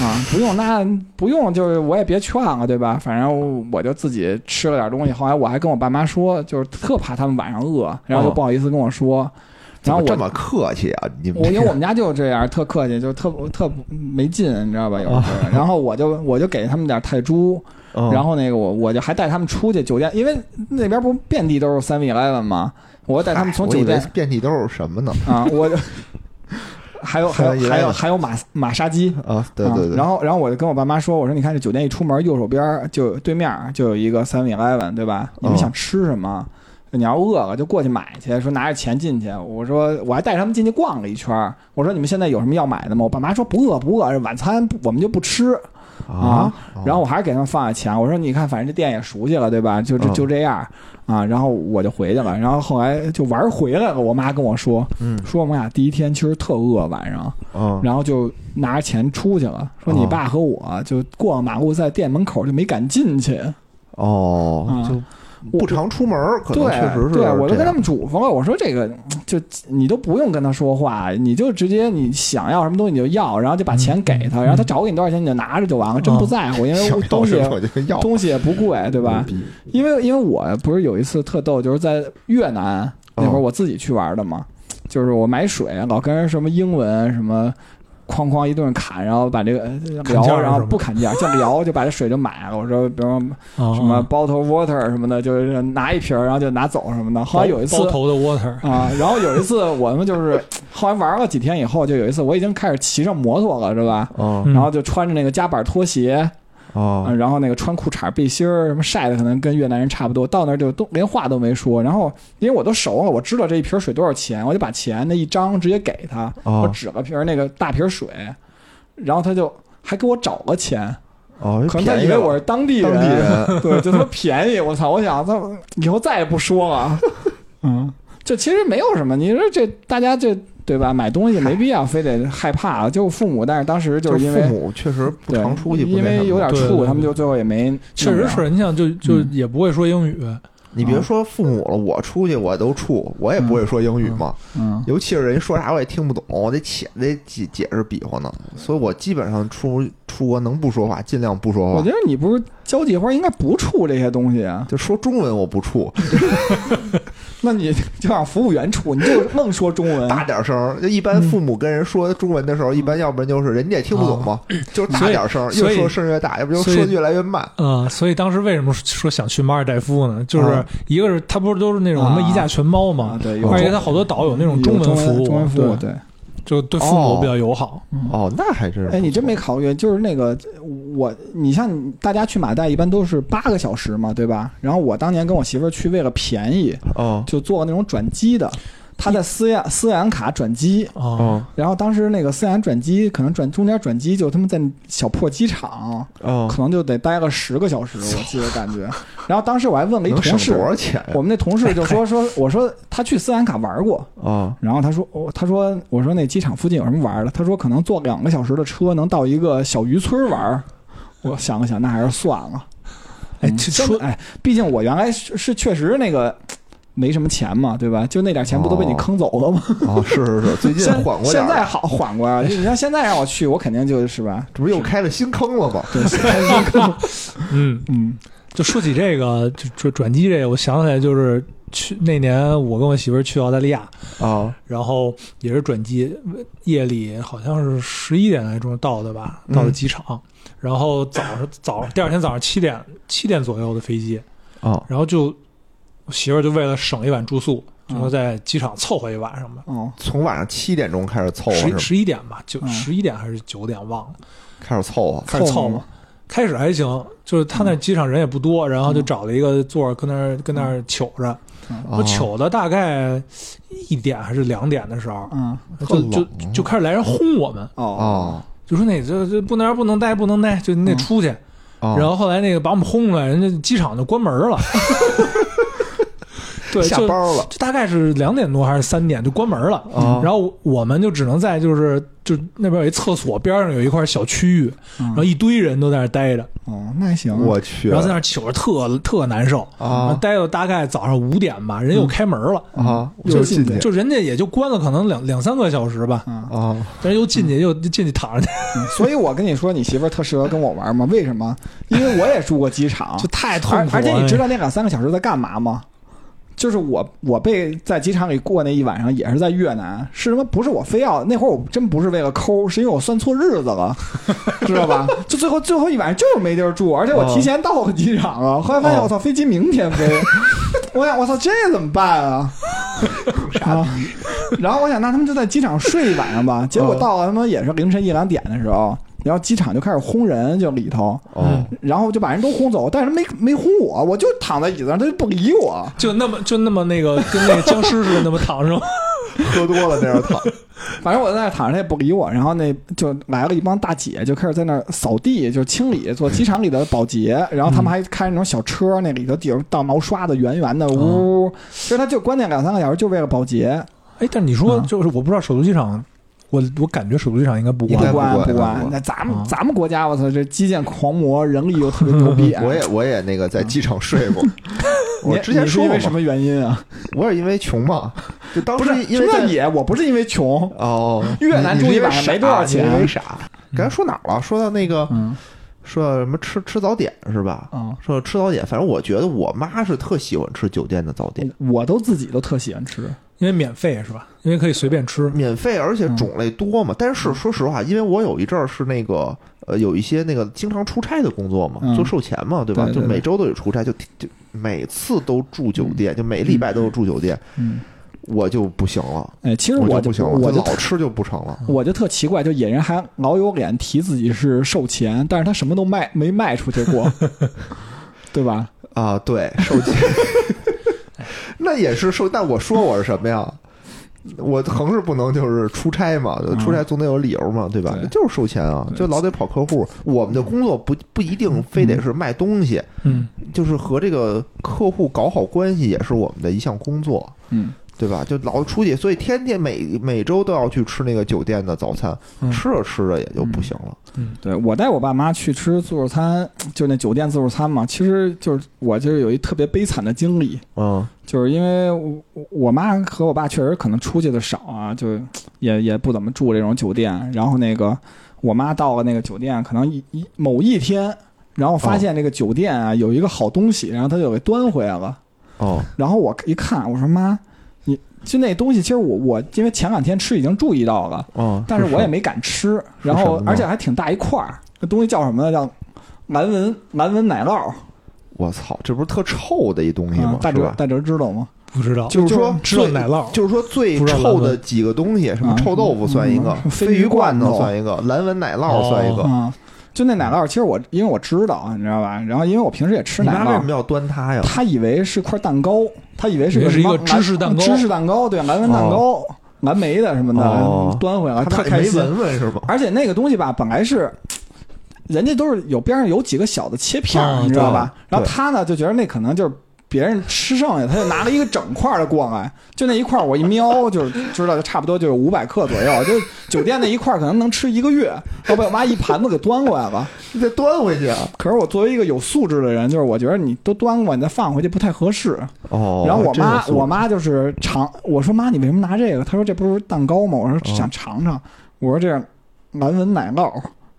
Speaker 3: 啊，不用，那不用，就是我也别劝了，对吧？反正我就自己吃了点东西。后来我还跟我爸妈说，就是特怕他们晚上饿，然后
Speaker 2: 哦
Speaker 3: 就不好意思跟我说。
Speaker 2: 怎
Speaker 3: 然
Speaker 2: 么
Speaker 3: 后我
Speaker 2: 这么客气啊？你们
Speaker 3: 我因为
Speaker 2: 这
Speaker 3: 我们家就这样，特客气，就特特没劲，你知道吧？有时
Speaker 2: 啊
Speaker 3: 候，然后我就我就给他们点泰铢，
Speaker 2: 嗯
Speaker 3: 然后那个我我就还带他们出去酒店，因为那边不是遍地都是 Seven Eleven 吗？我带他们从
Speaker 2: 哎嗨我
Speaker 3: 酒
Speaker 2: 以为
Speaker 3: 店
Speaker 2: 遍地都是什么呢？
Speaker 3: 啊，我 就还有还有
Speaker 2: 7-Eleven
Speaker 3: 还有还有马马杀鸡。
Speaker 2: 啊，对对对，
Speaker 3: 啊然后，然后我就跟我爸妈说：“我说，你看这酒店一出门，右手边儿就对面儿就有一个 Seven Eleven，对吧？你们
Speaker 2: 嗯
Speaker 3: 想吃什么？说你要饿了就过去买去，说拿着钱进去。我说我还带着他们进去逛了一圈儿，我说你们现在有什么要买的吗？我爸妈说不饿不饿，晚餐不我们就不吃。啊，
Speaker 2: 哦
Speaker 3: 然后我还是给他们放下钱，我说你看，反正这店也熟悉了，对吧？就就
Speaker 2: 嗯
Speaker 3: 就这样啊，然后我就回去了。然后后来就玩回来了，我妈跟我说，
Speaker 2: 嗯
Speaker 3: 说我们俩第一天其实特饿，晚上，
Speaker 2: 啊
Speaker 3: 然后就拿着钱出去了，说你
Speaker 2: 哦
Speaker 3: 爸和我就过马路，在店门口就没敢进去。
Speaker 2: 哦，
Speaker 3: 啊
Speaker 2: 就不常出门儿，可能
Speaker 3: 对，
Speaker 2: 确实是这
Speaker 3: 对
Speaker 2: 样。
Speaker 3: 我都跟他们嘱咐了，我说这个就你都不用跟他说话，你就直接你想要什么东西你就要，然后就把钱给他，
Speaker 4: 嗯
Speaker 3: 然后他找给你多少钱你就拿着就完了，真不
Speaker 4: 嗯
Speaker 3: 在乎，因为
Speaker 2: 想要
Speaker 3: 东西
Speaker 2: 什么就要，
Speaker 3: 东西也不贵，对吧？
Speaker 2: 牛逼
Speaker 3: 因为因为我不是有一次特逗，就是在越南
Speaker 4: 哦
Speaker 3: 那会儿我自己去玩的嘛，就是我买水老跟人什么英文什么。哐哐一顿砍，然后把这个呃
Speaker 4: 砍价
Speaker 3: 聊，
Speaker 4: 是
Speaker 3: 然后
Speaker 4: 吗
Speaker 3: 不砍价， 就聊，就把这水就买了。我说，比如说
Speaker 4: 啊
Speaker 3: 什么 bottle water 什么的，就是拿一瓶儿，然后就拿走什么的。后来有一次
Speaker 4: 包头的 water，
Speaker 3: 啊，然后有一次我们就是 后来玩了几天以后，就有一次我已经开始骑上摩托了，是吧？
Speaker 2: 啊
Speaker 4: 嗯
Speaker 3: 然后就穿着那个夹板拖鞋，
Speaker 2: 啊
Speaker 3: 嗯，然后那个穿裤衩、背心儿什么晒的，可能跟越南人差不多。到那儿就都连话都没说，然后因为我都熟了，我知道这一瓶水多少钱，我就把钱那一张直接给他，
Speaker 2: 哦
Speaker 3: 我指了瓶那个大瓶水，然后他就还给我找了钱，
Speaker 2: 哦，
Speaker 3: 可能他
Speaker 2: 便宜
Speaker 3: 以为
Speaker 2: 了
Speaker 3: 我是当地人，
Speaker 2: 当地 人
Speaker 3: 对，就他妈便宜，我操！我想他以后再也不说了，嗯，这其实没有什么，你说这大家这对吧？买东西没必要非得害怕，就父母，但是当时
Speaker 2: 就是
Speaker 3: 因
Speaker 2: 父
Speaker 3: 为。
Speaker 2: 母确实不
Speaker 3: 对
Speaker 2: 常出去，不
Speaker 3: 因
Speaker 2: 那什
Speaker 3: 为
Speaker 2: 么
Speaker 3: 有点
Speaker 4: 对
Speaker 3: 怵，
Speaker 4: 对
Speaker 3: 他们
Speaker 4: 对
Speaker 3: 就最后也没弄
Speaker 4: 确实
Speaker 3: 了
Speaker 4: 是你想就就
Speaker 3: 嗯
Speaker 4: 也不会说英语，
Speaker 2: 你别说父母了，我出去我都怵，我也不会说英语嘛，
Speaker 3: 嗯
Speaker 2: 尤其是人家说啥我也听不懂，我得解得解解释比划呢，所以我基本上出出国能不说话尽量不说
Speaker 3: 我
Speaker 2: 话
Speaker 3: 觉，得你不是交际花，应该不处这些东西啊。
Speaker 2: 就说中文我不怵，
Speaker 3: 那你 就让服务员处，你就愣说中文。啊
Speaker 2: 大点声儿。就一般父母跟人说中文的时候，一般要不然就是人家也听不懂嘛，就是大点声儿，
Speaker 4: 所
Speaker 2: 越
Speaker 4: 以
Speaker 2: 说声儿越大，要不就
Speaker 4: 所以
Speaker 2: 说得越来越慢。
Speaker 4: 啊，所以当时为什么说想去马尔代夫呢？就是
Speaker 2: 啊
Speaker 4: 一个是它不是都是那种什么
Speaker 3: 啊
Speaker 4: 一驾全包
Speaker 3: 啊
Speaker 4: 嘛，
Speaker 3: 对有
Speaker 4: 而且
Speaker 3: 中
Speaker 4: 它好多岛有那
Speaker 3: 有
Speaker 4: 种
Speaker 3: 中
Speaker 4: 文服务，
Speaker 3: 中文服务对。
Speaker 4: 就对父母比较友好。
Speaker 2: 哦，那还真是。
Speaker 3: 哎，你真没考虑，就是那个我，你像大家去马代一般都是八个小时嘛，对吧？然后我当年跟我媳妇儿去，为了便宜，
Speaker 2: 哦
Speaker 3: 就做那种转机的，她在斯亚斯里兰卡转机。
Speaker 4: 啊
Speaker 2: 哦
Speaker 3: 然后当时那个斯里兰转机，可能转中间转机就他们在小破机场，
Speaker 2: 哦，
Speaker 3: 可能就得待个十个小时，我记得感觉。然后当时我还问了一
Speaker 2: 能省
Speaker 3: 同事
Speaker 2: 多，少钱啊呀
Speaker 3: 我们那同事就 说说，我说他去斯兰卡玩过，
Speaker 2: 啊？
Speaker 3: 然后他说，哦、他说我说那机场附近有什么玩的？他说可能坐两个小时的车能到一个小渔村玩。我想了想，那还是算了。
Speaker 4: 哎，
Speaker 3: 嗯
Speaker 4: 这
Speaker 3: 真
Speaker 4: 说
Speaker 3: 哎，毕竟我原来是是确实那个没什么钱嘛，对吧？就那点钱不都被你
Speaker 2: 哦
Speaker 3: 坑走了吗？
Speaker 2: 哦，是是是，最近
Speaker 3: 现
Speaker 2: 缓过点
Speaker 3: 现
Speaker 2: 儿
Speaker 3: 在好缓过来啊了，就你像现在让我去，我肯定就是吧。
Speaker 2: 这不又开了新坑了吗？
Speaker 3: 对，开 心坑
Speaker 4: 嗯，
Speaker 3: 嗯
Speaker 4: 就说起这个就转转机这个，我想起来就是去那年我跟我媳妇儿去澳大利亚，
Speaker 2: 啊，
Speaker 4: 然后也是转机，夜里好像是十一点来钟到的吧，
Speaker 2: 嗯
Speaker 4: 到的机场，然后早上早第二天早上七点七点左右的飞机，
Speaker 2: 哦
Speaker 4: 然后就我媳妇儿就为了省一晚住宿，
Speaker 3: 嗯
Speaker 4: 然后在机场凑合一晚上吧，
Speaker 3: 哦，
Speaker 2: 从晚上七点钟开始凑合是
Speaker 4: 十
Speaker 2: 吗？
Speaker 4: 十一点吧，九
Speaker 3: 嗯
Speaker 4: 十一点还是九点忘了，
Speaker 2: 开始凑合。
Speaker 4: 开始凑
Speaker 3: 嘛
Speaker 4: 合。开始还行，就是他
Speaker 2: 嗯
Speaker 4: 那机场人也不多，然后就找了一个座儿跟那儿跟那儿糗着，我
Speaker 2: 哦
Speaker 4: 糗的大概一点还是两点的时候，
Speaker 3: 嗯
Speaker 4: 就
Speaker 2: 冷
Speaker 4: 就
Speaker 2: 啊
Speaker 4: 就开始来人轰我们，
Speaker 3: 哦
Speaker 2: 哦
Speaker 4: 就说那这这不能不能待不能待，就你得
Speaker 3: 嗯
Speaker 4: 出去。
Speaker 2: 哦，
Speaker 4: 然后后来那个把我们轰出来，人家机场就关门了。对，
Speaker 2: 下
Speaker 4: 就
Speaker 2: 班了
Speaker 4: 就大概是两点多还是三点就关门了。
Speaker 2: 哦
Speaker 4: 然后我们就只能在就是就那边有一厕所边上有一块小区域，
Speaker 3: 嗯
Speaker 4: 然后一堆人都在那儿待着，
Speaker 3: 哦，那还行。
Speaker 2: 我去，
Speaker 4: 然后在那儿糗着特特难受。然后
Speaker 2: 啊
Speaker 4: 待到大概早上五点吧，人又开门了，
Speaker 2: 啊，
Speaker 3: 又
Speaker 2: 就
Speaker 3: 进
Speaker 2: 进
Speaker 3: 去
Speaker 2: 去
Speaker 4: 就人家也就关了可能两两三个小时吧，
Speaker 3: 嗯，
Speaker 2: 啊，
Speaker 4: 但是又进去又又进去躺着 去，，
Speaker 3: 所以我跟你说，你媳妇儿特适合跟我玩嘛？为什么？因为我也住过机场
Speaker 4: 就太痛苦
Speaker 3: 而
Speaker 4: 了。哎
Speaker 3: 而且你知道那两三个小时在干嘛吗？就是我，我被在机场里过那一晚上，也是在越南，是什么？不是我非要那会儿，我真不是为了抠，是因为我算错日子 了，知道吧？就最后最后一晚上就是没地儿住，而且我提前到了机场了，后来发现
Speaker 2: 哦
Speaker 3: 我操，飞机明天飞，我想我操，这怎么办啊？ 啊！
Speaker 4: 哦
Speaker 3: 然后我想，那他们就在机场睡一晚上吧。结果到了他妈也是凌晨一两点的时候，然后机场就开始轰人，就里头，
Speaker 2: 哦，
Speaker 3: 然后就把人都轰走，但是没没轰我，我就躺在椅子上，他就不理我。
Speaker 4: 就那么就那么那个跟那个僵尸似的那么躺着吗？
Speaker 2: 喝多了那样躺，
Speaker 3: 反正我在那儿躺着，他也不理我。然后那就来了一帮大姐，就开始在那儿扫地，就清理做机场里的保洁。然后他们还开那种小车，那里头底儿倒毛刷的圆圆的，呜
Speaker 2: 嗯
Speaker 3: 呜。其实他就关键两三个小时，就为了保洁，
Speaker 4: 哎，但你说
Speaker 3: 嗯
Speaker 4: 就是我不知道首都机场，我我感觉首都机场应该不
Speaker 2: 应该
Speaker 4: 关
Speaker 2: 哎不
Speaker 3: 不
Speaker 2: 管
Speaker 3: 不
Speaker 2: 不
Speaker 3: 管
Speaker 2: 管。
Speaker 3: 那咱们
Speaker 4: 啊
Speaker 3: 咱们国家，我操，这基建狂魔，人力又特别牛逼。
Speaker 2: 我也我也那个在机场睡过，
Speaker 3: 你
Speaker 2: 我之前
Speaker 3: 你是
Speaker 2: 说
Speaker 3: 因
Speaker 2: 过
Speaker 3: 为什
Speaker 2: 嘛，
Speaker 3: 么原因啊？
Speaker 2: 我也因为穷嘛， 就当
Speaker 3: 不
Speaker 2: 时
Speaker 3: 是，
Speaker 2: 因为
Speaker 3: 什么叫
Speaker 2: 在
Speaker 3: 你，我不是因为穷。
Speaker 2: 哦，
Speaker 3: 越南
Speaker 2: 你
Speaker 3: 住
Speaker 2: 你
Speaker 3: 一
Speaker 2: 因为
Speaker 3: 晚上
Speaker 2: 傻
Speaker 3: 没多少钱
Speaker 2: 你因为傻。刚才说哪儿了？说到那个，
Speaker 3: 嗯
Speaker 2: 说到什么吃吃早点是吧？
Speaker 3: 嗯，
Speaker 2: 说到吃早点，反正我觉得我妈是特喜欢吃酒店的早点，
Speaker 3: 我都自己都特喜欢吃。
Speaker 4: 因为免费是吧？因为可以随便吃。
Speaker 2: 免费而且
Speaker 3: 嗯
Speaker 2: 种类多嘛。但是说实话，因为我有一阵儿是那个呃有一些那个经常出差的工作嘛，
Speaker 3: 嗯
Speaker 2: 做售前嘛，对吧？
Speaker 3: 对对
Speaker 2: 就每周都有出差，就就每次都住酒店，就每礼拜都有住酒店，
Speaker 3: 嗯，
Speaker 2: 我就不行了，
Speaker 3: 哎，其实
Speaker 2: 我
Speaker 3: 我
Speaker 2: 就不行了，
Speaker 3: 我
Speaker 2: 就
Speaker 3: 就
Speaker 2: 老吃就不成了。
Speaker 3: 我就特奇怪，就野人还老有脸提自己是售前，但是他什么都卖没卖出去 过，对吧？
Speaker 2: 啊，对，手 机，那也是受。但我说我是什么呀？我横是不能就是出差嘛，出差总得有理由嘛，对吧？
Speaker 3: 嗯对
Speaker 2: 就是收钱啊，就老得跑客户。我们的工作不不一定非得是卖东西，
Speaker 4: 嗯，
Speaker 2: 就是和这个客户搞好关系也是我们的一项工作，
Speaker 3: 嗯，
Speaker 2: 对吧？就老出去，所以天天每每周都要去吃那个酒店的早餐，
Speaker 4: 嗯
Speaker 2: 吃着吃着也就不行了。
Speaker 3: 对我带我爸妈去吃自助餐，就那酒店自助餐嘛，其实就是我就是有一特别悲惨的经历，
Speaker 2: 嗯
Speaker 3: 就是因为我我妈和我爸确实可能出去的少啊，就也也不怎么住这种酒店。然后那个我妈到了那个酒店，可能一一某一天，然后
Speaker 2: 哦
Speaker 3: 发现那个酒店啊有一个好东西，然后她就给端回来了。
Speaker 2: 哦
Speaker 3: 然后我一看，我说妈，你就那东西，其实我我因为前两天吃已经注意到了，
Speaker 2: 哦，
Speaker 3: 但是我也
Speaker 2: 没
Speaker 3: 没敢吃，然
Speaker 2: 什
Speaker 3: 后
Speaker 2: 么呢
Speaker 3: 而且还挺大一块儿，那东西叫什么呢？叫蓝纹蓝纹奶酪，
Speaker 2: 我操，这不是特臭的一东西
Speaker 3: 啊
Speaker 2: 吗？
Speaker 3: 大
Speaker 2: 哎是
Speaker 3: 哲
Speaker 2: 吧？
Speaker 3: 大哲知道吗？
Speaker 4: 不知道，
Speaker 2: 就是说
Speaker 4: 知道
Speaker 2: 最
Speaker 4: 奶酪，
Speaker 2: 就是说最臭的几个东西，什么臭豆腐算一个
Speaker 3: 啊嗯，嗯
Speaker 2: 鲱鱼罐头算一个，蓝纹奶酪算一个。
Speaker 3: 啊，就那奶酪，其实我因为我知道，啊你知道吧？然后因为我平时也吃
Speaker 2: 你
Speaker 3: 奶
Speaker 2: 妈为什么
Speaker 3: 酪，
Speaker 2: 要端它呀？
Speaker 3: 他以为是块蛋糕，他以为是
Speaker 4: 以为
Speaker 3: 个
Speaker 4: 是一个
Speaker 3: 什么
Speaker 4: 芝士蛋糕
Speaker 3: 芝士蛋糕对，蓝纹蛋糕、蓝莓的什么的、
Speaker 2: 哦
Speaker 3: 端回来，
Speaker 2: 他
Speaker 3: 特
Speaker 2: 们
Speaker 3: 啊开
Speaker 2: 没
Speaker 3: 心。
Speaker 2: 闻闻 是吗？
Speaker 3: 而且那个东西吧，本来是。人家都是有边上有几个小的切片儿，
Speaker 4: 啊
Speaker 3: 你知道吧？
Speaker 2: 对
Speaker 3: 然后他呢就觉得那可能就是别人吃剩下，他就拿了一个整块儿的过来，就那一块儿我一瞄就知道，就差不多就是五百克左右。就酒店那一块儿可能能吃一个月，要被我妈一盘子给端过来了。
Speaker 2: 你得端回去啊！
Speaker 3: 可是我作为一个有素质的人，就是我觉得你都端过，你再放回去不太合适。
Speaker 2: 哦
Speaker 3: 然后我妈，
Speaker 2: 这个
Speaker 3: 我妈就是尝，我说妈，你为什么拿这个？她说这不是蛋糕吗？我说
Speaker 2: 哦
Speaker 3: 想尝尝。我说这蓝纹奶酪，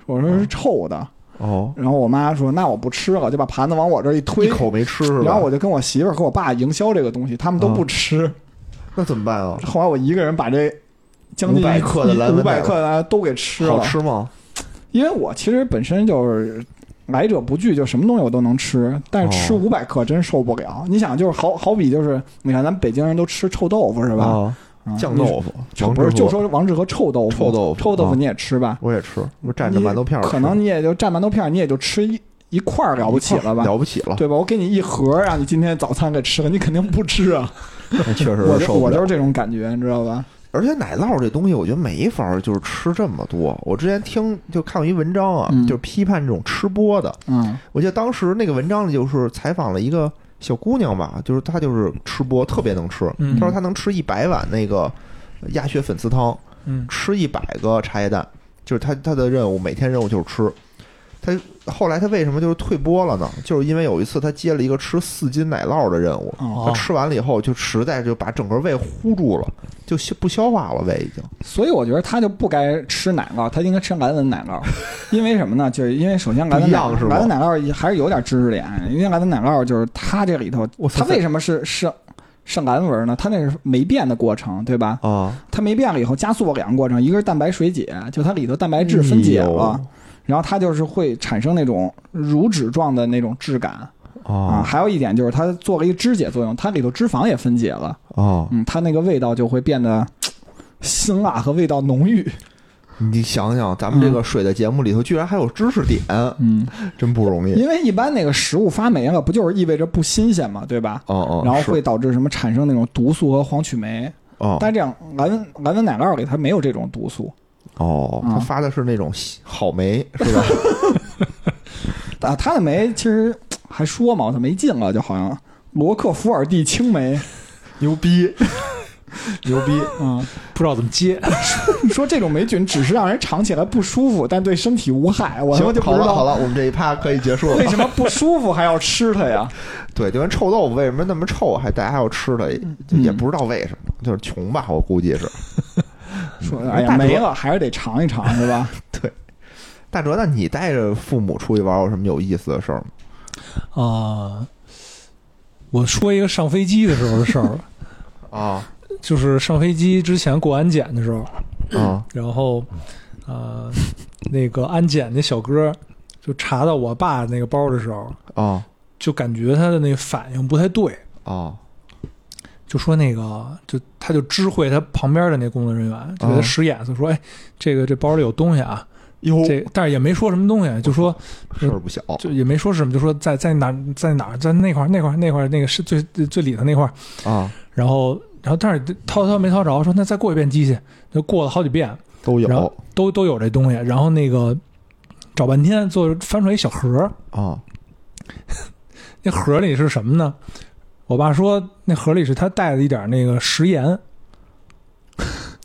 Speaker 3: 我说是臭的。
Speaker 2: 哦，
Speaker 3: 然后我妈说那我不吃了，就把盘子往我这一
Speaker 2: 一
Speaker 3: 推。
Speaker 2: 口没吃是吧？嗯
Speaker 3: 然后我就跟我媳妇儿和我爸营销这个东西，他们都不吃。
Speaker 2: 那怎么办啊？
Speaker 3: 后来我一个人把这将近
Speaker 2: 500克的蓝
Speaker 3: 五
Speaker 2: 纹奶
Speaker 3: 百
Speaker 2: 酪
Speaker 3: 克的蓝都给吃了
Speaker 2: 好，吃吗？
Speaker 3: 因为我其实本身就是来者不拒，就什么东西我都能吃，但是吃
Speaker 2: 哦
Speaker 3: 五百克真受不了。你想，就是好好比就是，你看咱们北京人都吃臭豆腐是吧？
Speaker 2: 啊，
Speaker 3: 嗯
Speaker 2: 酱豆腐，
Speaker 3: 就
Speaker 2: 王
Speaker 3: 不是
Speaker 2: 致
Speaker 3: 就
Speaker 2: 和
Speaker 3: 说王致和臭豆腐，
Speaker 2: 臭豆腐
Speaker 3: 臭豆
Speaker 2: 啊
Speaker 3: 腐你也吃吧？
Speaker 2: 我也吃，我蘸着
Speaker 3: 你
Speaker 2: 馒头片儿吃，
Speaker 3: 可能你也就蘸馒头片儿，你也就吃一一块儿了不起了吧？
Speaker 2: 了不起了，
Speaker 3: 对吧？我给你一盒儿，让你今天早餐给吃了，你肯定不吃啊！
Speaker 2: 那确实
Speaker 3: 我
Speaker 2: 是
Speaker 3: 就
Speaker 2: 受不
Speaker 3: 我就
Speaker 2: 了
Speaker 3: 是。这种感觉，你知道吧？
Speaker 2: 而且奶酪这东西，我觉得没法儿就是吃这么多。我之前听就看过一文章啊，
Speaker 3: 嗯
Speaker 2: 就是批判这种吃播的，
Speaker 3: 嗯
Speaker 2: 我记得当时那个文章里就是采访了一个小姑娘吧，就是她就是吃播特别能吃，
Speaker 4: 嗯
Speaker 2: 她说她能吃一百碗那个鸭血粉丝汤，
Speaker 4: 嗯
Speaker 2: 吃一百个茶叶蛋，就是她她的任务每天任务就是吃。她后来她为什么就是退播了呢？就是因为有一次她接了一个吃四斤奶酪的任务，她
Speaker 3: 哦，
Speaker 4: 哦
Speaker 2: 吃完了以后就实在就把整个胃糊住了，就消不消化了胃已经。
Speaker 3: 所以我觉得他就不该吃奶酪，他应该吃蓝纹奶酪，因为什么呢？就是因为首先蓝纹奶
Speaker 2: 不一样是吧
Speaker 3: 蓝纹奶酪还是有点知识点，因为蓝纹奶酪就是它这里头
Speaker 2: 我，操
Speaker 3: 它为什么是是是蓝纹呢？它那是霉变的过程，对吧？
Speaker 2: 啊，
Speaker 3: 它霉变了以后加速了两个过程，一个是蛋白水解，就它里头
Speaker 2: 哎
Speaker 3: 蛋白质分解了，然后它就是会产生那种乳脂状的那种质感啊。
Speaker 2: 啊
Speaker 3: 还有一点就是它做了一个肢解作用，它里头脂肪也分解了，
Speaker 2: 啊！
Speaker 3: 嗯，它那个味道就会变得辛辣和味道浓郁。
Speaker 2: 你想想，咱们这个水的节目里头居然还有知识点，
Speaker 3: 嗯，
Speaker 2: 真不容易。
Speaker 3: 因为一般那个食物发霉了，不就是意味着不新鲜嘛，对吧？
Speaker 2: 哦哦，
Speaker 3: 然后
Speaker 2: 是
Speaker 3: 会导致什么产生那种毒素和黄曲霉，
Speaker 2: 哦
Speaker 3: 但这样蓝蓝纹奶酪里它没有这种毒素，
Speaker 2: 哦，
Speaker 3: 嗯
Speaker 2: 他发的是那种好梅是 吧？
Speaker 3: 啊，它的酶其实还说嘛，它没劲了，就好像罗克福尔地 青霉，
Speaker 2: 牛逼，牛 逼！
Speaker 3: 嗯，
Speaker 4: 不知道怎么 接。
Speaker 3: 说这种霉菌只是让人尝起来不舒服，但对身体无害，我他妈
Speaker 2: 行，
Speaker 3: 就不
Speaker 2: 好
Speaker 3: 知
Speaker 2: 了好
Speaker 3: 道
Speaker 2: 了，我们这一趴可以结束了 啊
Speaker 3: 为。什么不舒服还要吃它呀？
Speaker 2: 对，就跟臭豆腐为什么那么臭，还大家要吃它，
Speaker 3: 嗯
Speaker 2: 也不知道为什么，就是穷吧，我估计是。
Speaker 3: 说哎
Speaker 2: 嗯
Speaker 3: 呀
Speaker 2: 大
Speaker 3: 没
Speaker 2: 哲
Speaker 3: 了，还是得尝一尝，是吧？
Speaker 2: 大哲，那你带着父母出去玩有什么有意思的事儿吗？
Speaker 4: 啊、我说一个上飞机的时候的事儿，
Speaker 2: 啊
Speaker 4: 就是上飞机之前过安检的时候，
Speaker 2: 啊
Speaker 4: 然后呃，那个安检那小哥就查到我爸那个包的时候，
Speaker 2: 啊
Speaker 4: 就感觉他的那反应不太对，
Speaker 2: 啊！
Speaker 4: 就说那个就他就知会他旁边的那工作人员，就给他使眼色说，哎，这个这包里有东西啊，
Speaker 2: 哟，
Speaker 4: 这但是也没说什么东西，就说
Speaker 2: 事儿不小
Speaker 4: 就也没说什么，就说在在哪儿在哪儿在那块儿那块儿那块儿那个是最最最里头那块儿，
Speaker 2: 啊，
Speaker 4: 然后然后但是掏掏没掏着，说那再过一遍机去，就过了好几遍，
Speaker 2: 都
Speaker 4: 然后
Speaker 2: 有
Speaker 4: 都都有这东西，然后那个找半天，最后翻出来一小盒儿，
Speaker 2: 啊
Speaker 4: 那盒儿里是什么呢？我爸说那盒儿里是他带了一点那个 食盐。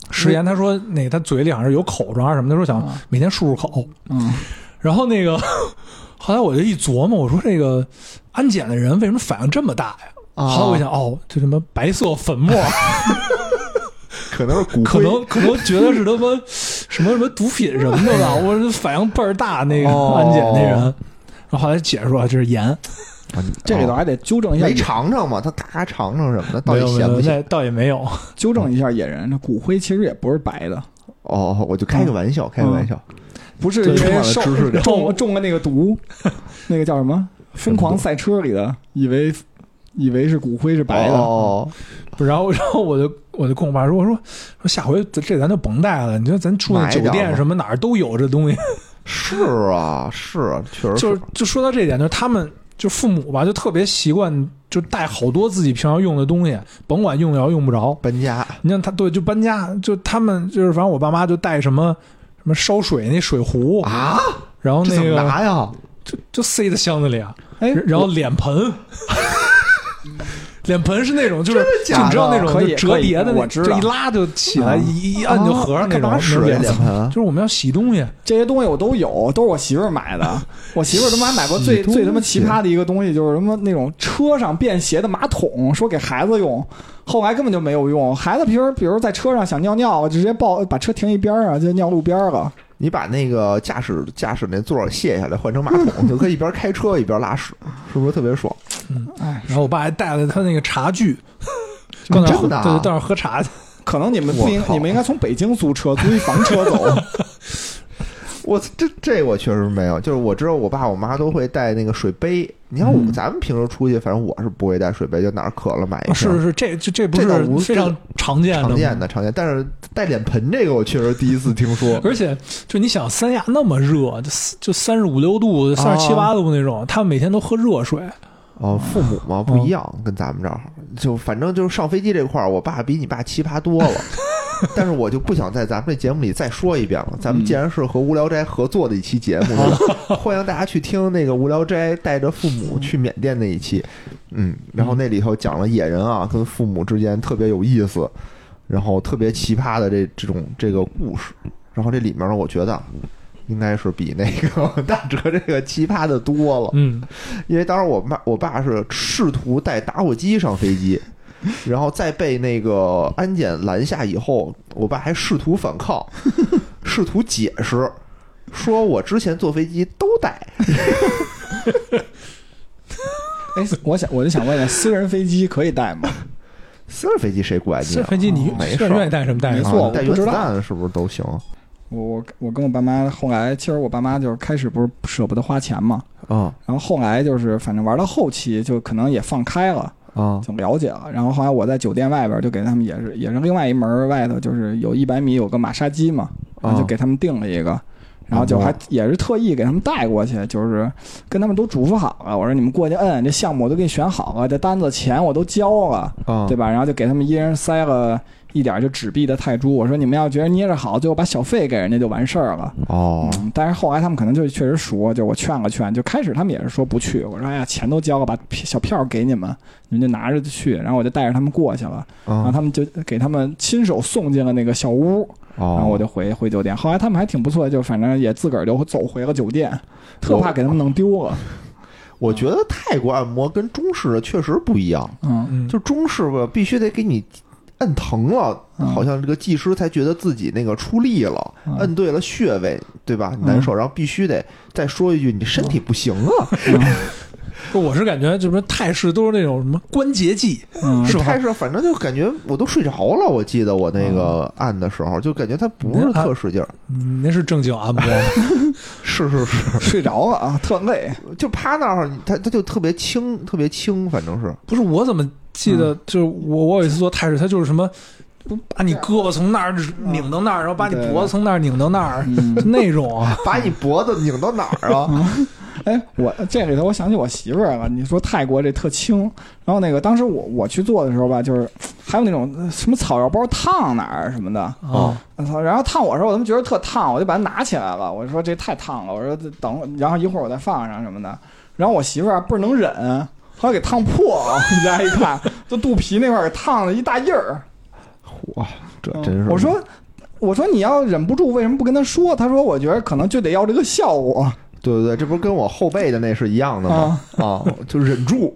Speaker 4: 食盐，他说那他嘴里好像是有口疮啊什么的，他说想
Speaker 3: 啊
Speaker 4: 每天漱漱口。
Speaker 3: 嗯，
Speaker 4: 然后那个 后来我就一琢磨，我说这个安检的人为什么反应这么大呀？
Speaker 2: 啊
Speaker 4: 后来我一想，哦，这什么白色粉末，
Speaker 2: 可能是骨
Speaker 4: 可
Speaker 2: 灰
Speaker 4: 能可能觉得是他妈什么什么毒品什么的吧，我这反应倍儿大，那个
Speaker 2: 哦
Speaker 4: 安检那人。然后后来解释说啊这是盐，
Speaker 2: 啊你
Speaker 3: 这里头
Speaker 2: 啊
Speaker 3: 还得纠正一下
Speaker 2: 没
Speaker 3: 野，
Speaker 2: 尝尝嘛，他咔咔尝尝什么的，到
Speaker 4: 没
Speaker 2: 底
Speaker 4: 有没
Speaker 2: 咸
Speaker 4: 有，
Speaker 2: 不咸
Speaker 4: 那？倒也没有。
Speaker 3: 纠正一下野人，这骨灰其实也不是白的，
Speaker 2: 哦，哦我就开个玩笑，开个玩笑。
Speaker 4: 嗯
Speaker 3: 不是
Speaker 2: 对
Speaker 3: 因
Speaker 2: 充满
Speaker 3: 为
Speaker 2: 了
Speaker 3: 受
Speaker 2: 知识点
Speaker 3: 中中了那个毒，那个 叫什么《疯狂赛车》里的，以为以为是骨灰是白的，
Speaker 4: 嗯
Speaker 2: 哦，
Speaker 4: 然后然后我就我就跟我爸说，我说说下回咱这咱就甭带了，你说咱住那
Speaker 2: 买一
Speaker 4: 酒
Speaker 2: 点儿
Speaker 4: 店
Speaker 2: 吧
Speaker 4: 什么哪儿都有这东西。
Speaker 2: 是啊，是啊，确实
Speaker 4: 就是就说到这一点，就是他们就父母吧，就特别习惯就带好多自己平常用的东西，甭管用着用不着。
Speaker 2: 搬家
Speaker 4: 你像他对，就搬家，就他们就是反正我爸妈就带什么什么烧水那水壶，
Speaker 2: 啊，
Speaker 4: 然后
Speaker 2: 这
Speaker 4: 那
Speaker 2: 怎么
Speaker 4: 个
Speaker 2: 拿呀？
Speaker 4: 就就塞在箱子里 啊，
Speaker 3: 哎，
Speaker 4: 然后脸盆。脸盆是那种，就是就
Speaker 2: 假的
Speaker 4: 你知道那种
Speaker 3: 可以
Speaker 4: 就折叠的
Speaker 3: 可以
Speaker 4: 那，
Speaker 3: 我知
Speaker 4: 就
Speaker 3: 道
Speaker 4: 一拉就起
Speaker 3: 啊
Speaker 4: 来，一一按就合上那种
Speaker 2: 啊干嘛。使
Speaker 4: 那
Speaker 2: 呀
Speaker 4: 脸
Speaker 2: 脸盆啊
Speaker 4: 就是我们要洗东西，
Speaker 3: 这些东西我都有，都是我媳妇儿买的。我媳妇儿他妈买过最
Speaker 2: 洗东西
Speaker 3: 最他妈奇葩的一个东西，就是什么那种车上便携的马桶，说给孩子用，后来根本就没有用。孩子平时比如在车上想尿尿，我直接抱把车停一边儿啊，就尿路边儿了。
Speaker 2: 你把那个驾驶驾驶那座儿卸下来，换成马桶，就可以一边开车一边拉屎，是不是特别爽？
Speaker 3: 哎，
Speaker 4: 然后我爸还带了他那个 茶具，到那儿喝
Speaker 2: 真的啊
Speaker 4: 对，到那儿喝茶去。
Speaker 3: 可能你们不
Speaker 2: 我
Speaker 3: 应
Speaker 2: 靠
Speaker 3: 你们应该从北京租车，租一房车走。
Speaker 2: 我操这这我确实没有，就是我知道我爸我妈都会带那个水杯。你看我、
Speaker 3: 嗯
Speaker 2: 咱们平时出去，反正我是不会带水杯，就哪儿渴了买一
Speaker 4: 啊
Speaker 2: 瓶。
Speaker 4: 是是，这这这不
Speaker 2: 这倒
Speaker 4: 是
Speaker 2: 无
Speaker 4: 非常常见的吗。
Speaker 2: 常见的。常见，但是带脸盆这个我确实第一次听说
Speaker 4: 而且，就你想三亚那么热，就四就三十五六度、三
Speaker 2: 啊
Speaker 4: 十七八度那种，他们每天都喝热水。
Speaker 2: 哦，父母嘛不一样，跟咱们这儿就反正就是上飞机这块儿，我爸比你爸奇葩多了。但是我就不想在咱们这节目里再说一遍了。咱们既然是和无聊斋合作的一期节目，就欢迎大家去听那个无聊斋带着父母去缅甸那一期。嗯，然后那里头讲了野人啊跟父母之间特别有意思，然后特别奇葩的这这种这个故事。然后这里面呢，我觉得应该是比那个大哲这个奇葩的多了。
Speaker 4: 嗯，
Speaker 2: 因为当时我妈我爸是试图带打火机上飞 机，然后再被那个安检拦下以后，我爸还试图反 抗，试图解释，说我之前坐飞机都带，
Speaker 3: 哎，我想我就想问一下，私人飞机可以带吗？
Speaker 2: 私人飞机谁管你
Speaker 4: 这
Speaker 2: 啊？
Speaker 4: 飞机你
Speaker 2: 没事
Speaker 4: 愿
Speaker 2: 儿
Speaker 4: 愿意带什么带
Speaker 3: 没
Speaker 4: 什
Speaker 3: 错
Speaker 4: 么。
Speaker 2: 啊
Speaker 3: 我
Speaker 2: 你带
Speaker 3: 不
Speaker 2: 原
Speaker 3: 知
Speaker 2: 子
Speaker 3: 道
Speaker 2: 弹是不是都行？
Speaker 3: 我我我跟我爸妈后来，其实我爸妈就是开始不是舍不得花钱嘛，
Speaker 2: 啊
Speaker 3: 然后后来就是反正玩到后期就可能也放开了。
Speaker 2: 啊
Speaker 3: 就了解了。然后后来我在酒店外边儿就给他们也是也是另外一门儿外头，就是有一百米有个马杀鸡嘛，然
Speaker 2: 啊
Speaker 3: 后就给他们订了一个，然
Speaker 2: 哦
Speaker 3: 后就还也是特意给他们带过去，就是跟他们都嘱咐好了，我说你们过去摁这项目我都给你选好了，这单子钱我都交了，
Speaker 2: 啊，
Speaker 3: 对吧？然后就给他们一人塞了一点就纸币的泰铢，我说你们要觉得捏着好，最后把小费给人家就完事儿了。
Speaker 2: 哦，
Speaker 3: 嗯，但是后来他们可能就确实熟，就我劝了劝，就开始他们也是说不去，我说哎呀，钱都交了，把小票给你们，你们就拿着就去，然后我就带着他们过去了，然后
Speaker 2: 啊，
Speaker 3: 他们就给他们亲手送进了那个小屋，然后
Speaker 2: 哦，
Speaker 3: 我就回回酒店。后来他们还挺不错的，就反正也自个儿就走回了酒店，特怕给他们弄丢了。
Speaker 2: 我觉得泰国按摩跟中式的确实不一样，
Speaker 3: 嗯，
Speaker 4: 嗯，
Speaker 2: 就中式吧，必须得给你摁疼了，
Speaker 3: 嗯
Speaker 2: 好像这个技师才觉得自己那个出力了，
Speaker 3: 嗯
Speaker 2: 摁对了穴位，对吧？难受，然后必须得再说一句，你身体不行啊，
Speaker 3: 嗯
Speaker 4: 不我是感觉就是泰式都是那种什么关节剂，
Speaker 3: 嗯
Speaker 4: 是吧
Speaker 2: 泰式反正就感觉我都睡着了，我记得我那
Speaker 3: 嗯
Speaker 2: 个按的时候，就感觉它不是特使劲儿，
Speaker 4: 你嗯那是正经按摩，
Speaker 2: 是是是，
Speaker 3: 睡着了啊，特累。
Speaker 2: 就趴那儿，它它就特别轻，特别轻，反正
Speaker 3: 嗯
Speaker 2: 是
Speaker 4: 不是我怎么记得就是我我有一次做泰式，他就是什么。把你胳膊从那儿拧到那儿，然后把你
Speaker 3: 对
Speaker 4: 脖子从那儿拧到那儿，
Speaker 3: 嗯
Speaker 4: 就那种啊，
Speaker 2: 把你脖子拧到哪儿啊？
Speaker 3: 哎，我这里头我想起我媳妇儿了。你说泰国这特轻，然后那个当时我我去做的时候吧，就是还有那种呃什么草药包烫哪儿什么的，
Speaker 2: 哦
Speaker 4: 啊，
Speaker 3: 我操！呃然后烫我的时候，我他妈觉得特烫，我就把它拿起来了。我说这太烫了，我说等会儿，然后一会儿我再放上什么的。然后我媳妇儿啊倍儿能忍，后来给烫破了。回家一看，就肚皮那块儿给烫了一大印儿。
Speaker 2: 哇，这
Speaker 3: 嗯
Speaker 2: 真是
Speaker 3: 我说，我说你要忍不住，为什么不跟她说？她说我觉得可能就得要这个效果
Speaker 2: 对对对，这不是跟我后背的那是一样的吗？
Speaker 3: 啊。
Speaker 2: 啊，就忍住。